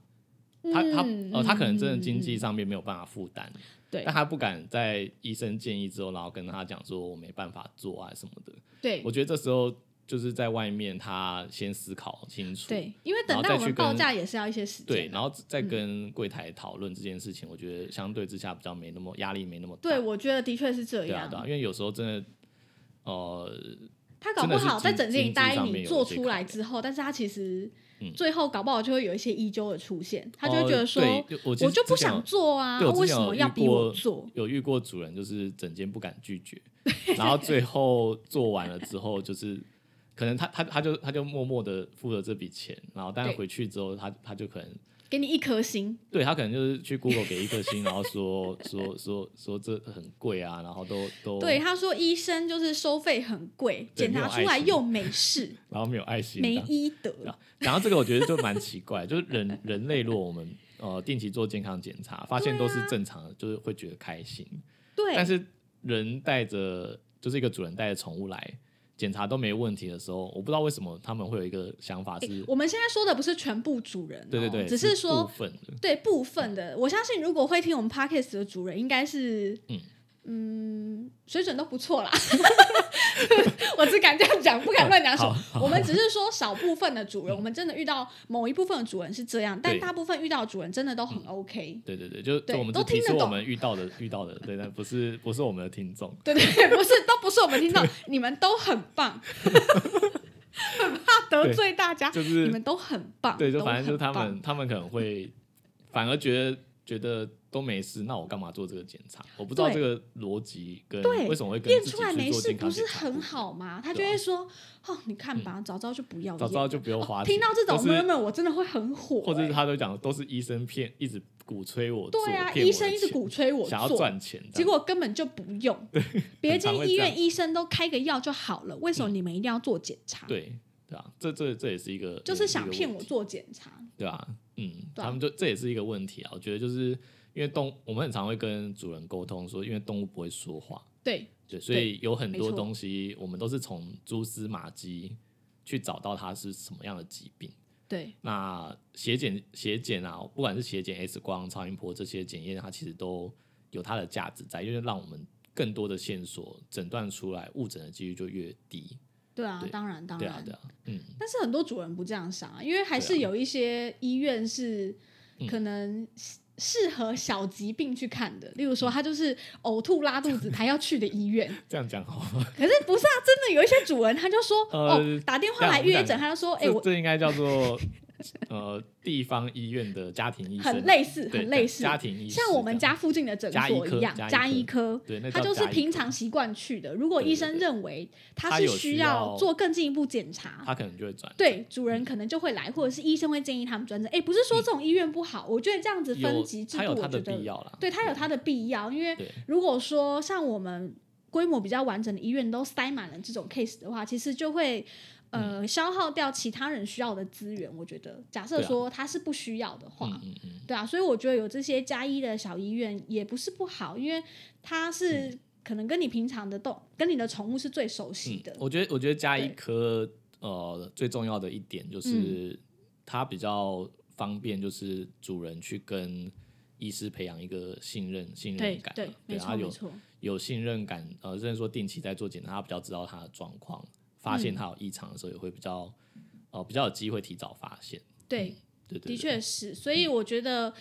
[SPEAKER 2] 他他
[SPEAKER 1] 嗯
[SPEAKER 2] 呃，他可能真的
[SPEAKER 1] 嗯
[SPEAKER 2] 经济
[SPEAKER 1] 嗯
[SPEAKER 2] 上面没有办法负担，
[SPEAKER 1] 对
[SPEAKER 2] 但他不敢在医生建议之后，然后跟他讲说我没办法做啊什么的。
[SPEAKER 1] 对
[SPEAKER 2] 我觉得这时候就是在外面，他先思考清楚，
[SPEAKER 1] 对，因为
[SPEAKER 2] 然
[SPEAKER 1] 等
[SPEAKER 2] 后
[SPEAKER 1] 待
[SPEAKER 2] 再
[SPEAKER 1] 我
[SPEAKER 2] 去
[SPEAKER 1] 们
[SPEAKER 2] 跟
[SPEAKER 1] 报价也是要一些时
[SPEAKER 2] 对
[SPEAKER 1] 间啊的。嗯
[SPEAKER 2] 然后再跟柜台讨论这件事情，我觉得相对之下比较没那么压力，没那么大。
[SPEAKER 1] 对，我觉得的确是这
[SPEAKER 2] 对啊
[SPEAKER 1] 样。
[SPEAKER 2] 对啊，因为有时候真的，呃，
[SPEAKER 1] 他搞不好在整间里答应
[SPEAKER 2] 真的是经经济上面
[SPEAKER 1] 你
[SPEAKER 2] 有
[SPEAKER 1] 做出来之后，但是他其实
[SPEAKER 2] 嗯
[SPEAKER 1] 最后搞不好就会有一些依旧的出现，他
[SPEAKER 2] 他
[SPEAKER 1] 就会觉得说，
[SPEAKER 2] 哦我
[SPEAKER 1] 我就不
[SPEAKER 2] 之前有
[SPEAKER 1] 想做啊，
[SPEAKER 2] 对我之前
[SPEAKER 1] 为什么要逼我做？
[SPEAKER 2] 有遇过主人就是整间不敢拒 绝，然后最后做完了之后，就是可能他他他就他就默默的付了这笔钱，然后但是
[SPEAKER 1] 对
[SPEAKER 2] 回去之后，他他就可能
[SPEAKER 1] 给你一颗星，
[SPEAKER 2] 对他可能就是去 Google 给一颗星，然后说说说说这很贵啊，然后都都
[SPEAKER 1] 对，他说医生就是收费很贵，
[SPEAKER 2] 对
[SPEAKER 1] 检查出来又没 事，
[SPEAKER 2] 然后没有爱心这
[SPEAKER 1] 没
[SPEAKER 2] 样。
[SPEAKER 1] 医德。
[SPEAKER 2] 然后这个我觉得就蛮奇怪，就是人人类如果我们呃定期做健康检查，发
[SPEAKER 1] 啊
[SPEAKER 2] 现都是正常的，就是会觉得开心。但
[SPEAKER 1] 对，
[SPEAKER 2] 是人带着就是一个主人带着宠物来检查都没问题的时候，我不知道为什么他们会有一个想法是，
[SPEAKER 1] 我们现在说的不是全部主人哦，
[SPEAKER 2] 对对对，
[SPEAKER 1] 只
[SPEAKER 2] 是
[SPEAKER 1] 说
[SPEAKER 2] 部分的，
[SPEAKER 1] 对部分的，我相信如果会听我们 podcast 的主人，应该是
[SPEAKER 2] 嗯
[SPEAKER 1] 嗯水准都不错啦。 我只敢这样讲，不敢乱讲什么
[SPEAKER 2] 好。
[SPEAKER 1] 我们只是说少部分的主人，我们真的遇到某一部分的主人是这样，但
[SPEAKER 2] 对嗯
[SPEAKER 1] 大部分遇到的主人真的都很 OK。
[SPEAKER 2] 对对对，就
[SPEAKER 1] 对
[SPEAKER 2] 就我们
[SPEAKER 1] 都
[SPEAKER 2] 只提
[SPEAKER 1] 听得
[SPEAKER 2] 出我
[SPEAKER 1] 懂
[SPEAKER 2] 们遇到的 遇到的，对，但不是不是我们的听众。
[SPEAKER 1] 对对对，不是，都不是我们听到，你们都很棒，很怕得罪大家，
[SPEAKER 2] 就是
[SPEAKER 1] 你们都很棒。
[SPEAKER 2] 对，就
[SPEAKER 1] 都
[SPEAKER 2] 反正就是
[SPEAKER 1] 很
[SPEAKER 2] 他
[SPEAKER 1] 棒
[SPEAKER 2] 们，他们可能会反而觉得觉得都没事，那我干嘛做这个检查？我不知道
[SPEAKER 1] 对
[SPEAKER 2] 这个逻辑跟
[SPEAKER 1] 对
[SPEAKER 2] 为什么会跟
[SPEAKER 1] 验
[SPEAKER 2] 自己
[SPEAKER 1] 出来
[SPEAKER 2] 去
[SPEAKER 1] 没
[SPEAKER 2] 做
[SPEAKER 1] 事，
[SPEAKER 2] 健康
[SPEAKER 1] 不是
[SPEAKER 2] 检查
[SPEAKER 1] 很，好吗？他就
[SPEAKER 2] 对啊嗯
[SPEAKER 1] 会说：“哦，你看吧，早知道就不要验。”
[SPEAKER 2] 早知道就不用花钱。
[SPEAKER 1] 哦听到这种
[SPEAKER 2] 或是
[SPEAKER 1] murmur，我真的会很火、
[SPEAKER 2] 或者是
[SPEAKER 1] 欸
[SPEAKER 2] 他都讲都是医生骗，一直鼓吹我做，
[SPEAKER 1] 对啊，
[SPEAKER 2] 骗
[SPEAKER 1] 医
[SPEAKER 2] 我的
[SPEAKER 1] 生一直
[SPEAKER 2] 钱
[SPEAKER 1] 鼓吹我
[SPEAKER 2] 想要
[SPEAKER 1] 做，
[SPEAKER 2] 赚钱，这
[SPEAKER 1] 结
[SPEAKER 2] 样
[SPEAKER 1] 果根本就不用。别
[SPEAKER 2] 很常
[SPEAKER 1] 间
[SPEAKER 2] 会
[SPEAKER 1] 医
[SPEAKER 2] 这
[SPEAKER 1] 院
[SPEAKER 2] 样嗯
[SPEAKER 1] 医生都开个药就好了，为什么你们一定要做检查？，
[SPEAKER 2] 对对啊，这这这也是一个
[SPEAKER 1] 就是想骗，
[SPEAKER 2] 也
[SPEAKER 1] 我
[SPEAKER 2] 是一个问题
[SPEAKER 1] 做检查。
[SPEAKER 2] 对啊，嗯，
[SPEAKER 1] 对啊
[SPEAKER 2] 他们就这也是一个问题啊。我觉得就是因为动，我们很常会跟主人沟通说，因为动物不会说话，
[SPEAKER 1] 对
[SPEAKER 2] 对，所以有很
[SPEAKER 1] 没
[SPEAKER 2] 多
[SPEAKER 1] 错
[SPEAKER 2] 东西我们都是从蛛丝马迹去找到它是什么样的疾病。
[SPEAKER 1] 对
[SPEAKER 2] 那血检、血检啊，不管是血检、X 光、超音波这些检验，它其实都有它的价值在，因为让我们更多的线索诊断出来，误诊的几率就越低。
[SPEAKER 1] 对啊
[SPEAKER 2] 对，
[SPEAKER 1] 当然当
[SPEAKER 2] 对啊，
[SPEAKER 1] 然
[SPEAKER 2] 对。啊，嗯，
[SPEAKER 1] 但是很多主人不这样想啊，因为还
[SPEAKER 2] 对
[SPEAKER 1] 是
[SPEAKER 2] 啊
[SPEAKER 1] 有一些医院是。
[SPEAKER 2] 嗯
[SPEAKER 1] 可能适适合小疾病去看的，例如
[SPEAKER 2] 嗯
[SPEAKER 1] 说他就是呕吐拉肚 子，他要去的医院。
[SPEAKER 2] 这样讲好吗？
[SPEAKER 1] 可是不是啊，真的有一些主人他就说，
[SPEAKER 2] 呃
[SPEAKER 1] 哦，打电话来
[SPEAKER 2] 这样
[SPEAKER 1] 约诊，他就 说，哎、
[SPEAKER 2] 这
[SPEAKER 1] 我
[SPEAKER 2] 这应该叫做呃地方医院的家庭医生，啊
[SPEAKER 1] 很类似，
[SPEAKER 2] 对
[SPEAKER 1] 很类似，
[SPEAKER 2] 家庭医师
[SPEAKER 1] 像我们
[SPEAKER 2] 这
[SPEAKER 1] 家
[SPEAKER 2] 样
[SPEAKER 1] 附近的诊
[SPEAKER 2] 加医
[SPEAKER 1] 所
[SPEAKER 2] 科
[SPEAKER 1] 一样，
[SPEAKER 2] 加
[SPEAKER 1] 加
[SPEAKER 2] 医
[SPEAKER 1] 医科。
[SPEAKER 2] 对，那
[SPEAKER 1] 他
[SPEAKER 2] 叫
[SPEAKER 1] 就是
[SPEAKER 2] 家医
[SPEAKER 1] 平
[SPEAKER 2] 科
[SPEAKER 1] 常习惯去的。如果医
[SPEAKER 2] 对
[SPEAKER 1] 生
[SPEAKER 2] 对对
[SPEAKER 1] 认为他
[SPEAKER 2] 他
[SPEAKER 1] 是
[SPEAKER 2] 有需
[SPEAKER 1] 需
[SPEAKER 2] 要
[SPEAKER 1] 要做更进一步检查，
[SPEAKER 2] 他可能就会转
[SPEAKER 1] 对主人可能就会来，或者是医生会建议他们转诊。哎，不是说这种医院不好，我觉得这样子分
[SPEAKER 2] 有
[SPEAKER 1] 级制
[SPEAKER 2] 他
[SPEAKER 1] 度，
[SPEAKER 2] 嗯有
[SPEAKER 1] 我
[SPEAKER 2] 他的
[SPEAKER 1] 觉
[SPEAKER 2] 必
[SPEAKER 1] 得
[SPEAKER 2] 要啦，
[SPEAKER 1] 对它有它的必要。因为
[SPEAKER 2] 对
[SPEAKER 1] 如果说像我们规模比较完整的医院都塞满了这种 case 的话，其实就会呃、消耗掉其他人需要的资源。我觉得，假设
[SPEAKER 2] 嗯对啊
[SPEAKER 1] 说他是不需要的话，
[SPEAKER 2] 嗯嗯嗯，
[SPEAKER 1] 对啊，所以我觉得有这些加医的小医院也不是不好，因为它
[SPEAKER 2] 嗯
[SPEAKER 1] 是可能跟你平常的动、跟你的宠物是最熟悉的。
[SPEAKER 2] 嗯我觉得，我觉得加医
[SPEAKER 1] 对嗯
[SPEAKER 2] 科呃最重要的一点就是，它比较方便，就是主人去跟医师培养一个信任信任
[SPEAKER 1] 对
[SPEAKER 2] 感嘛，
[SPEAKER 1] 对，没错
[SPEAKER 2] 他
[SPEAKER 1] 没
[SPEAKER 2] 有
[SPEAKER 1] 错，
[SPEAKER 2] 有信任感，呃，甚至说定期在做检查，他比较知道他的状况，发
[SPEAKER 1] 嗯
[SPEAKER 2] 现他有异常的时候也会比较呃比较有机会提早发现，
[SPEAKER 1] 对，
[SPEAKER 2] 对对
[SPEAKER 1] 的
[SPEAKER 2] 对，嗯
[SPEAKER 1] 确是，所以我觉得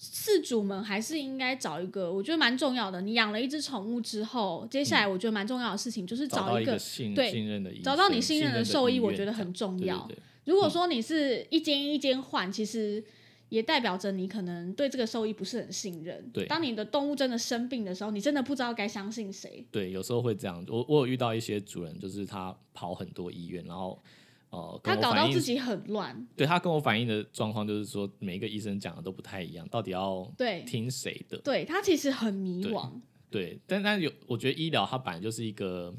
[SPEAKER 1] 饲主们还是应该找一个，我觉得蛮重要的。你养了一只宠物之后，接下来我觉得蛮重要的事情就是
[SPEAKER 2] 嗯找
[SPEAKER 1] 找
[SPEAKER 2] 到
[SPEAKER 1] 一
[SPEAKER 2] 个
[SPEAKER 1] 个。
[SPEAKER 2] 信
[SPEAKER 1] 对
[SPEAKER 2] 信任的医
[SPEAKER 1] 找到你
[SPEAKER 2] 生
[SPEAKER 1] 信任的
[SPEAKER 2] 的
[SPEAKER 1] 兽
[SPEAKER 2] 医
[SPEAKER 1] 医，我
[SPEAKER 2] 院
[SPEAKER 1] 觉得
[SPEAKER 2] 这样
[SPEAKER 1] 很重
[SPEAKER 2] 对对
[SPEAKER 1] 要。
[SPEAKER 2] 对嗯
[SPEAKER 1] 如果说你是一间一间换，其实也代表着你可能对这个兽医不是很信任。
[SPEAKER 2] 对
[SPEAKER 1] 当你的动物真的生病的时候，你真的不知道该相信谁。
[SPEAKER 2] 对，有时候会这样。我我有遇到一些主人，就是他跑很多医院，然后呃，跟
[SPEAKER 1] 他
[SPEAKER 2] 我
[SPEAKER 1] 搞
[SPEAKER 2] 反
[SPEAKER 1] 到
[SPEAKER 2] 映
[SPEAKER 1] 自己很乱，
[SPEAKER 2] 对他跟我反映的状况就是说，每一个医生讲的都不太一样，到底要
[SPEAKER 1] 对
[SPEAKER 2] 听谁的？
[SPEAKER 1] 对，他其实很迷
[SPEAKER 2] 对
[SPEAKER 1] 惘。
[SPEAKER 2] 对，但但有，我觉得医疗它本来就是一个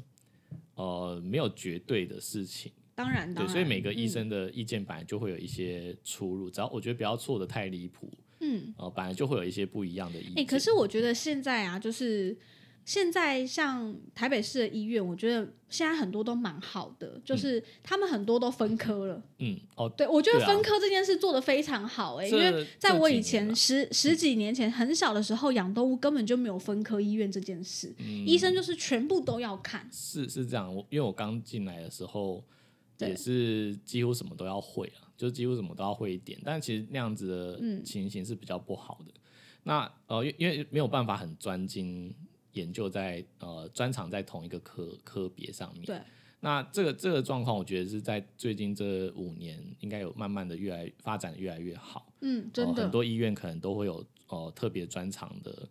[SPEAKER 2] 呃没有绝对的事情，
[SPEAKER 1] 当然，当
[SPEAKER 2] 对，
[SPEAKER 1] 然，
[SPEAKER 2] 所以每个医
[SPEAKER 1] 嗯
[SPEAKER 2] 生的意见本来就会有一些出入，只要我觉得不要错的太离谱，
[SPEAKER 1] 嗯，
[SPEAKER 2] 呃，本来就会有一些不一样的意
[SPEAKER 1] 哎、
[SPEAKER 2] 见。
[SPEAKER 1] 可是我觉得现在啊，就是现在像台北市的医院，我觉得现在很多都蛮好的，就是他们很多都分科了。
[SPEAKER 2] 嗯，哦，
[SPEAKER 1] 对，我觉得
[SPEAKER 2] 对啊
[SPEAKER 1] 分科这件事做得非常好、哎、因为
[SPEAKER 2] 这
[SPEAKER 1] 在
[SPEAKER 2] 这
[SPEAKER 1] 我
[SPEAKER 2] 几
[SPEAKER 1] 以
[SPEAKER 2] 年
[SPEAKER 1] 前
[SPEAKER 2] 啊
[SPEAKER 1] 十十几年前很小的时候，养动物根本就没有分科医院这件事，医
[SPEAKER 2] 嗯
[SPEAKER 1] 生就是全部都要看。
[SPEAKER 2] 是是这样，我因为我刚进来的时候
[SPEAKER 1] 对
[SPEAKER 2] 也是几乎什么都要会啊，就几乎什么都要会一点，但其实那样子
[SPEAKER 1] 嗯
[SPEAKER 2] 的情形是比较不好的。那呃，因因为没有办法很专精研究在呃专长在同一个科科别上面。
[SPEAKER 1] 对，
[SPEAKER 2] 那这个这个状况，我觉得是在最近这五年应该有慢慢的越来发展得越来越好。
[SPEAKER 1] 嗯，真
[SPEAKER 2] 呃
[SPEAKER 1] 的，
[SPEAKER 2] 很多医院可能都会有呃特别专长的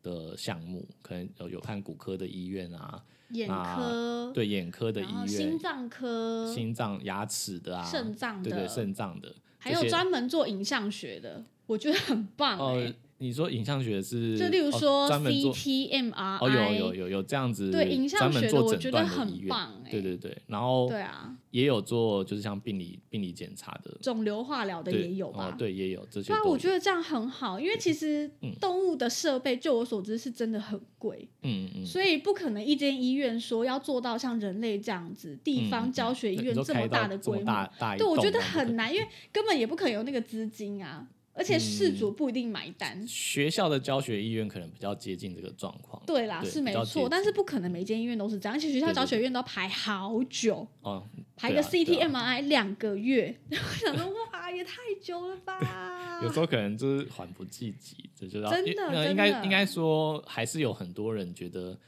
[SPEAKER 2] 的项目，可能有有看骨科的医院啊，
[SPEAKER 1] 眼
[SPEAKER 2] 啊
[SPEAKER 1] 科，
[SPEAKER 2] 对眼科的医
[SPEAKER 1] 然后
[SPEAKER 2] 院、
[SPEAKER 1] 心脏科、
[SPEAKER 2] 心脏、牙齿的啊，
[SPEAKER 1] 肾脏
[SPEAKER 2] 对对
[SPEAKER 1] 的，
[SPEAKER 2] 肾脏的，
[SPEAKER 1] 还
[SPEAKER 2] 这
[SPEAKER 1] 有
[SPEAKER 2] 些
[SPEAKER 1] 专门做影像学的，我觉得很棒、哎。
[SPEAKER 2] 呃，你说影像学是，
[SPEAKER 1] 就例如
[SPEAKER 2] 哦
[SPEAKER 1] 说
[SPEAKER 2] 专、门做
[SPEAKER 1] CT、MRI，
[SPEAKER 2] 哦，有有有有这样子
[SPEAKER 1] 对影像
[SPEAKER 2] 专门
[SPEAKER 1] 学的
[SPEAKER 2] 做
[SPEAKER 1] 我
[SPEAKER 2] 诊
[SPEAKER 1] 觉得
[SPEAKER 2] 断
[SPEAKER 1] 很
[SPEAKER 2] 医院，
[SPEAKER 1] 棒欸
[SPEAKER 2] 对哦对对，然后
[SPEAKER 1] 对啊，
[SPEAKER 2] 也有做就是像病理病理检查的，
[SPEAKER 1] 肿瘤化疗的
[SPEAKER 2] 对
[SPEAKER 1] 也有吧？
[SPEAKER 2] 哦，对嗯也有这些
[SPEAKER 1] 对
[SPEAKER 2] 都
[SPEAKER 1] 啊，
[SPEAKER 2] 有，
[SPEAKER 1] 我觉得这样很好，因为其实动物的设备，就我所知是真的很贵，
[SPEAKER 2] 嗯嗯嗯，
[SPEAKER 1] 所以不可能一间医院说要做到像人类这样子地
[SPEAKER 2] 嗯
[SPEAKER 1] 方
[SPEAKER 2] 嗯
[SPEAKER 1] 教学医
[SPEAKER 2] 对
[SPEAKER 1] 院
[SPEAKER 2] 你说
[SPEAKER 1] 这么
[SPEAKER 2] 开
[SPEAKER 1] 大
[SPEAKER 2] 到
[SPEAKER 1] 的
[SPEAKER 2] 这么
[SPEAKER 1] 规
[SPEAKER 2] 大
[SPEAKER 1] 模，
[SPEAKER 2] 大一
[SPEAKER 1] 对，我觉
[SPEAKER 2] 栋
[SPEAKER 1] 得
[SPEAKER 2] 这样不可嗯
[SPEAKER 1] 很难，因为根本也不可能有那个资金啊，而且事
[SPEAKER 2] 嗯
[SPEAKER 1] 主不一定买单。
[SPEAKER 2] 学校的教学医院可能比较接近这个状况，
[SPEAKER 1] 对啦，
[SPEAKER 2] 对
[SPEAKER 1] 是
[SPEAKER 2] 比
[SPEAKER 1] 没
[SPEAKER 2] 较接嗯
[SPEAKER 1] 错，但是不可能每间医院都是这样，而且学校
[SPEAKER 2] 对对
[SPEAKER 1] 教学
[SPEAKER 2] 对
[SPEAKER 1] 院都要排好久。
[SPEAKER 2] 哦，
[SPEAKER 1] 排个
[SPEAKER 2] 对啊对
[SPEAKER 1] CT、
[SPEAKER 2] 啊。
[SPEAKER 1] MRI 两个月， 我想说哇，也太久了吧
[SPEAKER 2] 有时候可能就是缓不济急，这就要
[SPEAKER 1] 啊真的
[SPEAKER 2] 因
[SPEAKER 1] 真
[SPEAKER 2] 为呃
[SPEAKER 1] 的
[SPEAKER 2] 应该应该说还是有很多人觉得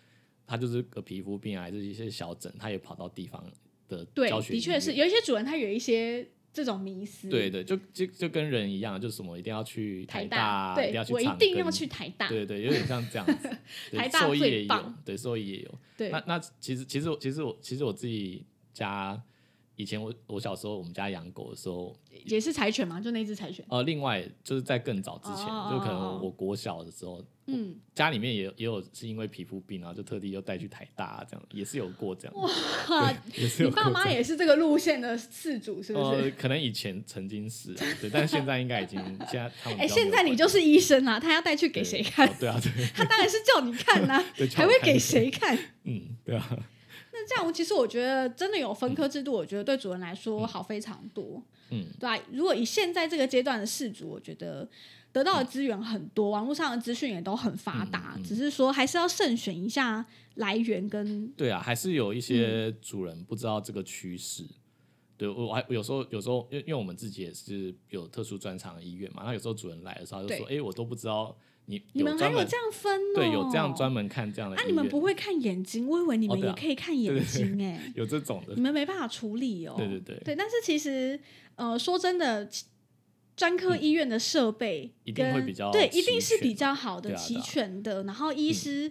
[SPEAKER 2] 他就是个皮肤病啊，还是一些小疹，他也跑到地方的
[SPEAKER 1] 对，
[SPEAKER 2] 教学医
[SPEAKER 1] 的
[SPEAKER 2] 院
[SPEAKER 1] 确是有一些主人他有一些这种迷思。
[SPEAKER 2] 对，的，就就就跟人一样，就什么一定要去
[SPEAKER 1] 台
[SPEAKER 2] 大啊，
[SPEAKER 1] 对
[SPEAKER 2] 定要去
[SPEAKER 1] 我一
[SPEAKER 2] 长
[SPEAKER 1] 定
[SPEAKER 2] 庚
[SPEAKER 1] 要去台大。。
[SPEAKER 2] 对对，有点像这样子 对
[SPEAKER 1] 台大
[SPEAKER 2] 兽医
[SPEAKER 1] 最
[SPEAKER 2] 也有
[SPEAKER 1] 棒，
[SPEAKER 2] 对兽医也有。
[SPEAKER 1] 对
[SPEAKER 2] 那那其实其实我其实我其实我自己家以前我我小时候我们家养狗的时候，
[SPEAKER 1] 也是柴犬嘛，就那只柴犬。
[SPEAKER 2] 呃，另外就是在更早之前，
[SPEAKER 1] 哦
[SPEAKER 2] 就可能
[SPEAKER 1] 哦哦
[SPEAKER 2] 我我国小的时候，
[SPEAKER 1] 嗯，
[SPEAKER 2] 家里面也有也有是因为皮肤病，然后就特地又带去台大、这样，也是有过这样，
[SPEAKER 1] 哇，
[SPEAKER 2] 也是
[SPEAKER 1] 你
[SPEAKER 2] 有过
[SPEAKER 1] 爸
[SPEAKER 2] 这样。
[SPEAKER 1] 妈也是这个路线的饲主是不是？
[SPEAKER 2] 呃，可能以前曾经是、啊，对，但是现在应该已经现在他们
[SPEAKER 1] 哎，
[SPEAKER 2] 比较没有
[SPEAKER 1] 现在你
[SPEAKER 2] 管
[SPEAKER 1] 就是医生啦，他要带去给
[SPEAKER 2] 对
[SPEAKER 1] 谁看
[SPEAKER 2] 哦？对啊，对，
[SPEAKER 1] 他当然是叫你看啦
[SPEAKER 2] 对，叫
[SPEAKER 1] 还
[SPEAKER 2] 我
[SPEAKER 1] 会
[SPEAKER 2] 看
[SPEAKER 1] 给
[SPEAKER 2] 就
[SPEAKER 1] 谁看？
[SPEAKER 2] 嗯，对啊，
[SPEAKER 1] 那这样，其实我觉得真的有分科制度，我觉得对主人来说好非常多。
[SPEAKER 2] 嗯，
[SPEAKER 1] 对啊，如果以现在这个阶段的饲主，我觉得得到的资源很多，网络上的资讯也都很发达，
[SPEAKER 2] 嗯
[SPEAKER 1] 只是说还是要慎选一下来源跟
[SPEAKER 2] 对啊，还是有一些主人不知道这个趋势，对我我还有时候有时候，因为因为我们自己也是有特殊专长的医院嘛，那有时候主人来的时候他就说：“哎、我都不知道你
[SPEAKER 1] 你们还
[SPEAKER 2] 专
[SPEAKER 1] 有
[SPEAKER 2] 门
[SPEAKER 1] 这样分哦？
[SPEAKER 2] 对有这样专门看这样的
[SPEAKER 1] 啊？
[SPEAKER 2] 医
[SPEAKER 1] 你
[SPEAKER 2] 院，
[SPEAKER 1] 们不会看眼睛，我以为你们
[SPEAKER 2] 哦对
[SPEAKER 1] 也
[SPEAKER 2] 啊
[SPEAKER 1] 可以看眼睛哎、
[SPEAKER 2] 有这种的
[SPEAKER 1] 你，们没办法处理哦。
[SPEAKER 2] 对对对
[SPEAKER 1] 但是其实，呃，说真的，其专科医院的设备
[SPEAKER 2] 嗯一定会
[SPEAKER 1] 跟
[SPEAKER 2] 比较
[SPEAKER 1] 对，
[SPEAKER 2] 齐
[SPEAKER 1] 一定是
[SPEAKER 2] 全
[SPEAKER 1] 比较好的、
[SPEAKER 2] 对啊嗯对
[SPEAKER 1] 齐
[SPEAKER 2] 啊
[SPEAKER 1] 全的。然后医师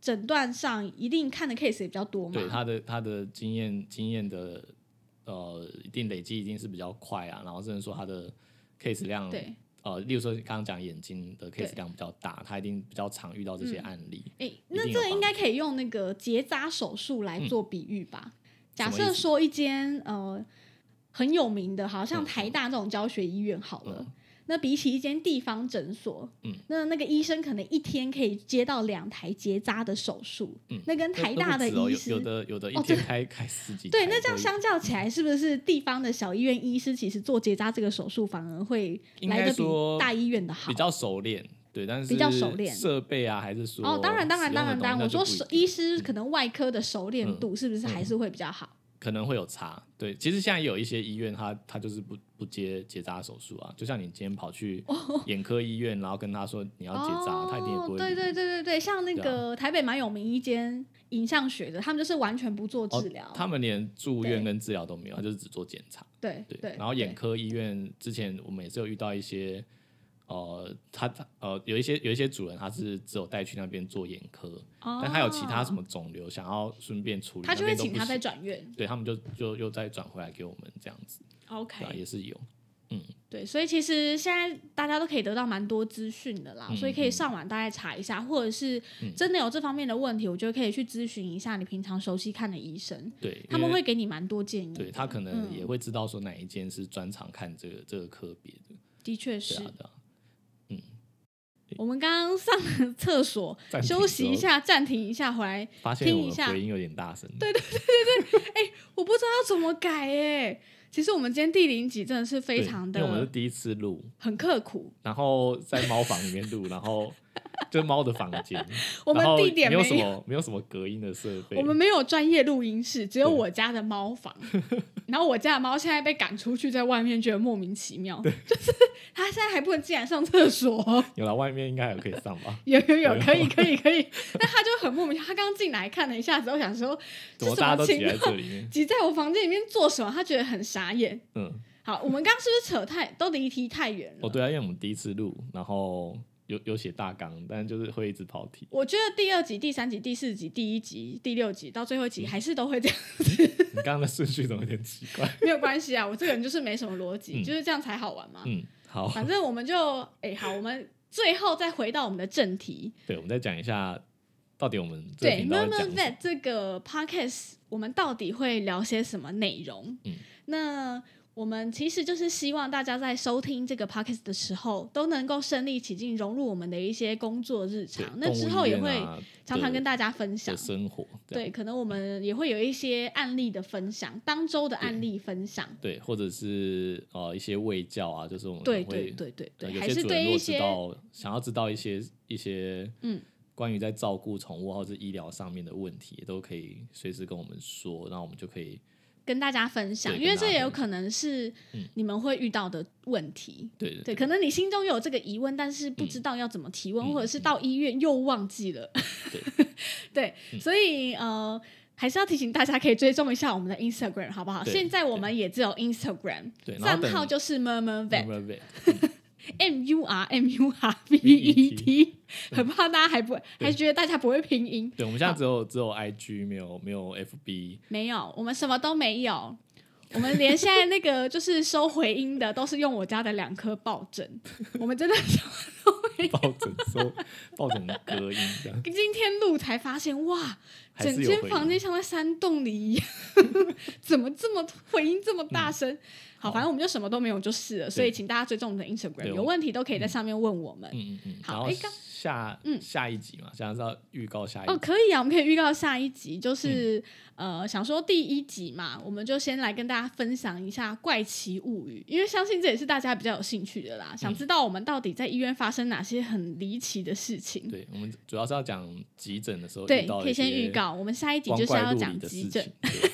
[SPEAKER 1] 诊断上一定看的 case 也比较多嘛。
[SPEAKER 2] 对他的他的经验经验的呃一定累积一定是比较快啊，然后甚至说他的 case 量
[SPEAKER 1] 对
[SPEAKER 2] 呃，例如说刚刚讲眼睛的
[SPEAKER 1] 对
[SPEAKER 2] case 量比较大，他一定比较常遇到这些案例。
[SPEAKER 1] 哎、
[SPEAKER 2] 一
[SPEAKER 1] 那
[SPEAKER 2] 定
[SPEAKER 1] 这个
[SPEAKER 2] 有
[SPEAKER 1] 应
[SPEAKER 2] 帮
[SPEAKER 1] 该可以用那个结扎手术来做比喻
[SPEAKER 2] 嗯
[SPEAKER 1] 吧？假
[SPEAKER 2] 什么
[SPEAKER 1] 设
[SPEAKER 2] 意思
[SPEAKER 1] 说一间呃很有名的，好像
[SPEAKER 2] 嗯
[SPEAKER 1] 台大这种教学医院好了。那比起一间地方诊所，
[SPEAKER 2] 嗯
[SPEAKER 1] 那那个医生可能一天可以接到两台结扎的手术，
[SPEAKER 2] 嗯
[SPEAKER 1] 那跟
[SPEAKER 2] 那
[SPEAKER 1] 台
[SPEAKER 2] 那
[SPEAKER 1] 大
[SPEAKER 2] 不
[SPEAKER 1] 的
[SPEAKER 2] 止哦
[SPEAKER 1] 医
[SPEAKER 2] 有
[SPEAKER 1] 师，
[SPEAKER 2] 有的有的一
[SPEAKER 1] 哦
[SPEAKER 2] 天
[SPEAKER 1] 对
[SPEAKER 2] 开、开十几
[SPEAKER 1] 对，
[SPEAKER 2] 台
[SPEAKER 1] 那这样
[SPEAKER 2] 都
[SPEAKER 1] 相较起来，是不是地方的小医院医师其实做结扎这个手术反而会
[SPEAKER 2] 应
[SPEAKER 1] 来
[SPEAKER 2] 该
[SPEAKER 1] 的比
[SPEAKER 2] 说
[SPEAKER 1] 大医院的好？
[SPEAKER 2] 比较熟练，对，但是
[SPEAKER 1] 比较熟练
[SPEAKER 2] 设备啊，还是说
[SPEAKER 1] 哦，当然，当然，
[SPEAKER 2] 使用
[SPEAKER 1] 当
[SPEAKER 2] 的
[SPEAKER 1] 然，
[SPEAKER 2] 东
[SPEAKER 1] 当然，
[SPEAKER 2] 西
[SPEAKER 1] 我说
[SPEAKER 2] 那就不一
[SPEAKER 1] 手
[SPEAKER 2] 定
[SPEAKER 1] 医师可能外科的熟练
[SPEAKER 2] 嗯
[SPEAKER 1] 度是不是还是会比较好？
[SPEAKER 2] 可能会有差。对，其实现在有一些医院它，它就是不不接结扎手术啊。就像你今天跑去眼科医院，然后跟他说你要结扎，他一定也不会
[SPEAKER 1] 哦
[SPEAKER 2] 理。
[SPEAKER 1] 对对对对对，像那
[SPEAKER 2] 对啊
[SPEAKER 1] 个台北蛮有名一间影像学的，他们就是完全不做治疗，
[SPEAKER 2] 哦他们连住院
[SPEAKER 1] 对
[SPEAKER 2] 跟治疗都没有，他就是只做检查。
[SPEAKER 1] 对
[SPEAKER 2] 对，
[SPEAKER 1] 对，
[SPEAKER 2] 然后眼
[SPEAKER 1] 对
[SPEAKER 2] 科医院之前我们也是有遇到一些，呃，他呃有一些有一些主人他是只有带去那边做眼科，但他有其他什
[SPEAKER 1] 哦
[SPEAKER 2] 么肿瘤想要顺便处理，
[SPEAKER 1] 他就
[SPEAKER 2] 那
[SPEAKER 1] 会
[SPEAKER 2] 边都
[SPEAKER 1] 请
[SPEAKER 2] 不
[SPEAKER 1] 他再
[SPEAKER 2] 行
[SPEAKER 1] 转院。
[SPEAKER 2] 对他们就就又再转回来给我们这样子，对、啊，
[SPEAKER 1] OK，
[SPEAKER 2] 也是有。
[SPEAKER 1] 对，所以其实现在大家都可以得到蛮多资讯的啦，
[SPEAKER 2] 嗯
[SPEAKER 1] 所以可以上网大概查一下，或者是真的有这方面的问题，我觉得可以去咨询一下你平常熟悉看的医生，
[SPEAKER 2] 对，
[SPEAKER 1] 他们
[SPEAKER 2] 因为
[SPEAKER 1] 会给你蛮多建议。
[SPEAKER 2] 对他可能
[SPEAKER 1] 嗯
[SPEAKER 2] 也会知道说哪一间是专长看这个这个科别的，
[SPEAKER 1] 的确
[SPEAKER 2] 对
[SPEAKER 1] 是
[SPEAKER 2] 啊，对啊。
[SPEAKER 1] 我们刚刚上了厕所，
[SPEAKER 2] 暂停
[SPEAKER 1] 休息一
[SPEAKER 2] 之后，
[SPEAKER 1] 下，暂停一下，回来。
[SPEAKER 2] 发现
[SPEAKER 1] 听
[SPEAKER 2] 我
[SPEAKER 1] 一
[SPEAKER 2] 的
[SPEAKER 1] 下
[SPEAKER 2] 回音有点大声。对
[SPEAKER 1] 我不知道要怎么改哎、其实我们今天第零集真的是非常
[SPEAKER 2] 因为我们是
[SPEAKER 1] 的
[SPEAKER 2] 第一次录，
[SPEAKER 1] 很刻苦，
[SPEAKER 2] 然后在猫房里面录，然后就是猫的房间，
[SPEAKER 1] 我们
[SPEAKER 2] 然后
[SPEAKER 1] 地点
[SPEAKER 2] 没有
[SPEAKER 1] 没
[SPEAKER 2] 什
[SPEAKER 1] 有
[SPEAKER 2] 么没有什么隔音的设备，
[SPEAKER 1] 我们没有专业录音室，只有
[SPEAKER 2] 对
[SPEAKER 1] 我家的猫 房。然后我家的猫现在被赶出去，在外面觉得莫名其妙，就是它现在还不能进来上厕所。？
[SPEAKER 2] 有了外面应该还可以上吧
[SPEAKER 1] 有有有，
[SPEAKER 2] 有
[SPEAKER 1] 可以可以可以，但它就很莫名，它刚进来看了一下之后，想说
[SPEAKER 2] 怎
[SPEAKER 1] 这
[SPEAKER 2] 么
[SPEAKER 1] 什
[SPEAKER 2] 大家
[SPEAKER 1] 么
[SPEAKER 2] 都
[SPEAKER 1] 情
[SPEAKER 2] 挤在这
[SPEAKER 1] 况？
[SPEAKER 2] 里面？
[SPEAKER 1] 挤在我房间里面做什么？它觉得很傻眼。
[SPEAKER 2] 嗯，
[SPEAKER 1] 好，我们刚刚是不是扯太都离题太远了？
[SPEAKER 2] 哦对啊，因为我们第一次录，然后有有写大纲，但就是会一直跑题。
[SPEAKER 1] 我觉得第二集、第三集、第四集、第一集、第六集到最后一
[SPEAKER 2] 嗯
[SPEAKER 1] 集还是都会这样，
[SPEAKER 2] 你刚刚的顺序怎么有点奇怪？
[SPEAKER 1] 没有关系啊。我这个人就是没什么逻辑，
[SPEAKER 2] 嗯
[SPEAKER 1] 就是这样才好玩嘛。
[SPEAKER 2] 嗯， 好，
[SPEAKER 1] 反正我们就哎、好，我们最后再回到我们的正题。
[SPEAKER 2] 对，我们再讲一下到底我们这个
[SPEAKER 1] 对
[SPEAKER 2] 频道
[SPEAKER 1] m u
[SPEAKER 2] 在
[SPEAKER 1] r m u r
[SPEAKER 2] 讲什么
[SPEAKER 1] Vet 这个 podcast，我们到底会聊些什么内容？
[SPEAKER 2] 嗯，
[SPEAKER 1] 那我们其实就是希望大家在收听这个 podcast 的时候，都能够身临其境融入我们的一些工作日
[SPEAKER 2] 对
[SPEAKER 1] 常。那
[SPEAKER 2] 动物
[SPEAKER 1] 之后
[SPEAKER 2] 医
[SPEAKER 1] 也
[SPEAKER 2] 院
[SPEAKER 1] 会
[SPEAKER 2] 啊
[SPEAKER 1] 常常
[SPEAKER 2] 的
[SPEAKER 1] 跟大家分享
[SPEAKER 2] 的。生活，这样嗯
[SPEAKER 1] 对，可能我们也会有一些案例的分享，当周的案例分享。
[SPEAKER 2] 对，或者是呃一些卫教啊，就是我们
[SPEAKER 1] 对
[SPEAKER 2] 会
[SPEAKER 1] 对对对
[SPEAKER 2] 对，
[SPEAKER 1] 对，
[SPEAKER 2] 有
[SPEAKER 1] 还
[SPEAKER 2] 些
[SPEAKER 1] 是
[SPEAKER 2] 主人
[SPEAKER 1] 对
[SPEAKER 2] 如果
[SPEAKER 1] 一
[SPEAKER 2] 知
[SPEAKER 1] 些
[SPEAKER 2] 道想要知道一些一些
[SPEAKER 1] 嗯
[SPEAKER 2] 关于在照顾宠物或者是医疗上面的问题，也都可以随时跟我们说，那我们就可以
[SPEAKER 1] 跟大家分享，
[SPEAKER 2] 对
[SPEAKER 1] 因为
[SPEAKER 2] 跟大
[SPEAKER 1] 这
[SPEAKER 2] 家
[SPEAKER 1] 也有
[SPEAKER 2] 分享
[SPEAKER 1] 可能是
[SPEAKER 2] 嗯
[SPEAKER 1] 你们会遇到的问题。
[SPEAKER 2] 对
[SPEAKER 1] 对，可能你心中有这个疑问，但是不知道要怎么提问，
[SPEAKER 2] 嗯
[SPEAKER 1] 或者是到医院又忘记了。 对，
[SPEAKER 2] 嗯
[SPEAKER 1] 所以呃，还是要提醒大家可以追踪一下我们的 Instagram，好不好？
[SPEAKER 2] 对
[SPEAKER 1] 现在我们也只有 Instagram，
[SPEAKER 2] 对然后
[SPEAKER 1] 账
[SPEAKER 2] 等
[SPEAKER 1] 号就是 murmur vet。
[SPEAKER 2] Remember that
[SPEAKER 1] M U R M U R V E T，很 怕大家还不还觉得大家不会拼音，
[SPEAKER 2] 对，我们现在只有只有 IG 没有没有 FB，
[SPEAKER 1] 没有，我们什么都没 有，我们连现在那个就是收回音的都是用我家的两颗抱 枕，我们真的是
[SPEAKER 2] 抱枕说抱枕隔音这样，
[SPEAKER 1] 今天录才发现，哇，
[SPEAKER 2] 还
[SPEAKER 1] 整
[SPEAKER 2] 是有
[SPEAKER 1] 间
[SPEAKER 2] 回
[SPEAKER 1] 房
[SPEAKER 2] 音
[SPEAKER 1] 间像在山洞里一样， 怎么这么回音这么大声？
[SPEAKER 2] 嗯
[SPEAKER 1] 好，反正我们就什么都没有就是了，所以请大家追踪我们的 Instagram，
[SPEAKER 2] 对
[SPEAKER 1] 有问题都可以在上面问我们。
[SPEAKER 2] 嗯嗯嗯，
[SPEAKER 1] 好
[SPEAKER 2] 然后
[SPEAKER 1] 哎刚
[SPEAKER 2] 下
[SPEAKER 1] 嗯
[SPEAKER 2] 下一集嘛，现在是要预告下一
[SPEAKER 1] 哦，
[SPEAKER 2] 集，
[SPEAKER 1] 可以啊，我们可以预告下一集，就是、
[SPEAKER 2] 嗯
[SPEAKER 1] 呃，想说第一集嘛，我们就先来跟大家分享一下《怪奇物语》，因为相信这也是大家比较有兴趣的啦，
[SPEAKER 2] 嗯
[SPEAKER 1] 想知道我们到底在医院发生哪些很离奇的事情。
[SPEAKER 2] 对，我们主要是要讲急诊的时候
[SPEAKER 1] 对
[SPEAKER 2] 遇到，
[SPEAKER 1] 可以
[SPEAKER 2] 一
[SPEAKER 1] 先
[SPEAKER 2] 些
[SPEAKER 1] 预告到，我们下一集
[SPEAKER 2] 光
[SPEAKER 1] 就是
[SPEAKER 2] 怪
[SPEAKER 1] 要
[SPEAKER 2] 陆
[SPEAKER 1] 讲
[SPEAKER 2] 离的
[SPEAKER 1] 急
[SPEAKER 2] 事
[SPEAKER 1] 诊
[SPEAKER 2] 情。。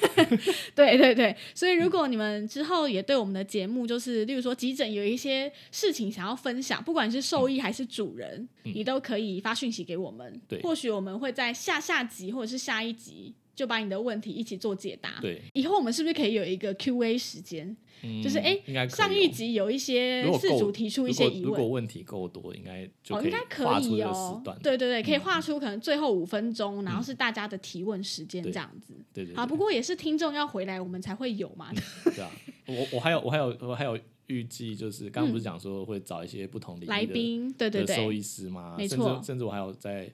[SPEAKER 2] 对
[SPEAKER 1] 对对对，所
[SPEAKER 2] 嗯
[SPEAKER 1] 以如果你们之后也对我们的节目，就是例如说急诊有一些事情想要分享，不管是兽医还是主人，你都可以发讯息给我们。
[SPEAKER 2] 嗯对
[SPEAKER 1] 或许我们会在下下集或者是下一集就把你的问题一起做解答。，
[SPEAKER 2] 对，
[SPEAKER 1] 以后我们是不是可以有一个 Q&A 时间？
[SPEAKER 2] 嗯
[SPEAKER 1] 就是哎
[SPEAKER 2] 应该可以
[SPEAKER 1] 上
[SPEAKER 2] 哦
[SPEAKER 1] 一集有一些
[SPEAKER 2] 如果
[SPEAKER 1] 事
[SPEAKER 2] 够
[SPEAKER 1] 主提出一
[SPEAKER 2] 如
[SPEAKER 1] 些
[SPEAKER 2] 果
[SPEAKER 1] 疑
[SPEAKER 2] 如
[SPEAKER 1] 问
[SPEAKER 2] 果。问题够多，应该就
[SPEAKER 1] 哦，
[SPEAKER 2] 可
[SPEAKER 1] 应
[SPEAKER 2] 以
[SPEAKER 1] 该可
[SPEAKER 2] 画出
[SPEAKER 1] 以
[SPEAKER 2] 这个时
[SPEAKER 1] 哦
[SPEAKER 2] 段。，嗯
[SPEAKER 1] 对对对，可以画出可能最后五分钟，然后是大家的提问时间
[SPEAKER 2] 对
[SPEAKER 1] 这样子。
[SPEAKER 2] 对对
[SPEAKER 1] 好，
[SPEAKER 2] 对
[SPEAKER 1] 啊不过也是听众要回来，我们才会有嘛。
[SPEAKER 2] 对啊，我我还有我还有我还有预计，就是刚刚不是讲说会找一些不同领域的
[SPEAKER 1] 嗯来宾，对对
[SPEAKER 2] 的兽
[SPEAKER 1] 对，
[SPEAKER 2] 医师嘛，
[SPEAKER 1] 没
[SPEAKER 2] 甚
[SPEAKER 1] 错
[SPEAKER 2] 至甚至我还有在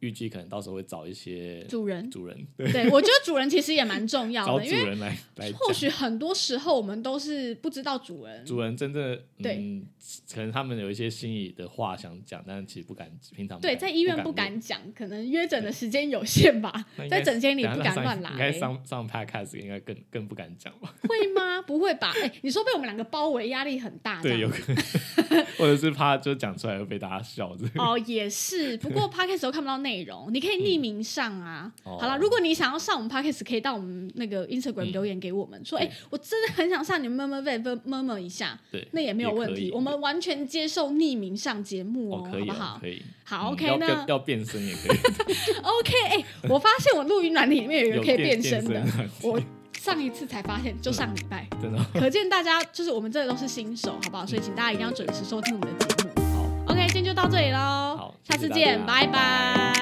[SPEAKER 2] 预计，可能到时候会找一些
[SPEAKER 1] 主人，
[SPEAKER 2] 主人，
[SPEAKER 1] 对我觉得主人其实也蛮重要
[SPEAKER 2] 找
[SPEAKER 1] 的，
[SPEAKER 2] 主
[SPEAKER 1] 因为
[SPEAKER 2] 人来来
[SPEAKER 1] 或
[SPEAKER 2] 讲。
[SPEAKER 1] 许很多时候我们都是不知道主人，
[SPEAKER 2] 主人真正
[SPEAKER 1] 嗯对
[SPEAKER 2] 嗯，可能他们有一些心里的话想讲，但其实不敢，平常不
[SPEAKER 1] 对，
[SPEAKER 2] 敢
[SPEAKER 1] 在医院不
[SPEAKER 2] 不
[SPEAKER 1] 敢讲，可能约诊的时间有限吧
[SPEAKER 2] 那，应该
[SPEAKER 1] 在诊间里
[SPEAKER 2] 等
[SPEAKER 1] 不敢
[SPEAKER 2] 下上
[SPEAKER 1] 乱
[SPEAKER 2] 应该
[SPEAKER 1] 来，
[SPEAKER 2] 上上 podcast 应该更更不敢讲吧？
[SPEAKER 1] 会吗？ 不会吧？哎，你说被我们两个包围，压力很大，啊这样
[SPEAKER 2] 对，有可能， 或者是怕就讲出来会被大家笑之类的。
[SPEAKER 1] 哦，也是。不过 podcast 都看不到内 容，你可以匿名上啊。
[SPEAKER 2] 哦嗯
[SPEAKER 1] 好啦，如果你想要上我们 podcast，可以到我们那个 Instagram 留言给我们，说，哎、
[SPEAKER 2] 对
[SPEAKER 1] 我真的很想上你们 murmur v e murmur 一下，
[SPEAKER 2] 对，
[SPEAKER 1] 那也没有问
[SPEAKER 2] 也
[SPEAKER 1] 题，
[SPEAKER 2] 可以
[SPEAKER 1] 我们完全接受匿名上节目
[SPEAKER 2] 哦可
[SPEAKER 1] 好
[SPEAKER 2] 以
[SPEAKER 1] 不
[SPEAKER 2] 哦
[SPEAKER 1] 好？
[SPEAKER 2] 可以，
[SPEAKER 1] 好
[SPEAKER 2] 嗯
[SPEAKER 1] ，OK，
[SPEAKER 2] 要
[SPEAKER 1] 那
[SPEAKER 2] 要要变身也可以，
[SPEAKER 1] OK，哎、我发现我录音软体里面 有一个
[SPEAKER 2] 有
[SPEAKER 1] 可以
[SPEAKER 2] 变
[SPEAKER 1] 变身的，
[SPEAKER 2] 变身
[SPEAKER 1] 我上一次才发现，就上礼拜，
[SPEAKER 2] 真的哦
[SPEAKER 1] 可见大家就是我们这都是新手，好不好？所以请大家一定要准时收听我们的节目。
[SPEAKER 2] 好。
[SPEAKER 1] OK，今天就到这里喽，
[SPEAKER 2] 好
[SPEAKER 1] 下
[SPEAKER 2] 谢
[SPEAKER 1] 次
[SPEAKER 2] 谢大
[SPEAKER 1] 见，
[SPEAKER 2] 家
[SPEAKER 1] 拜
[SPEAKER 2] 拜拜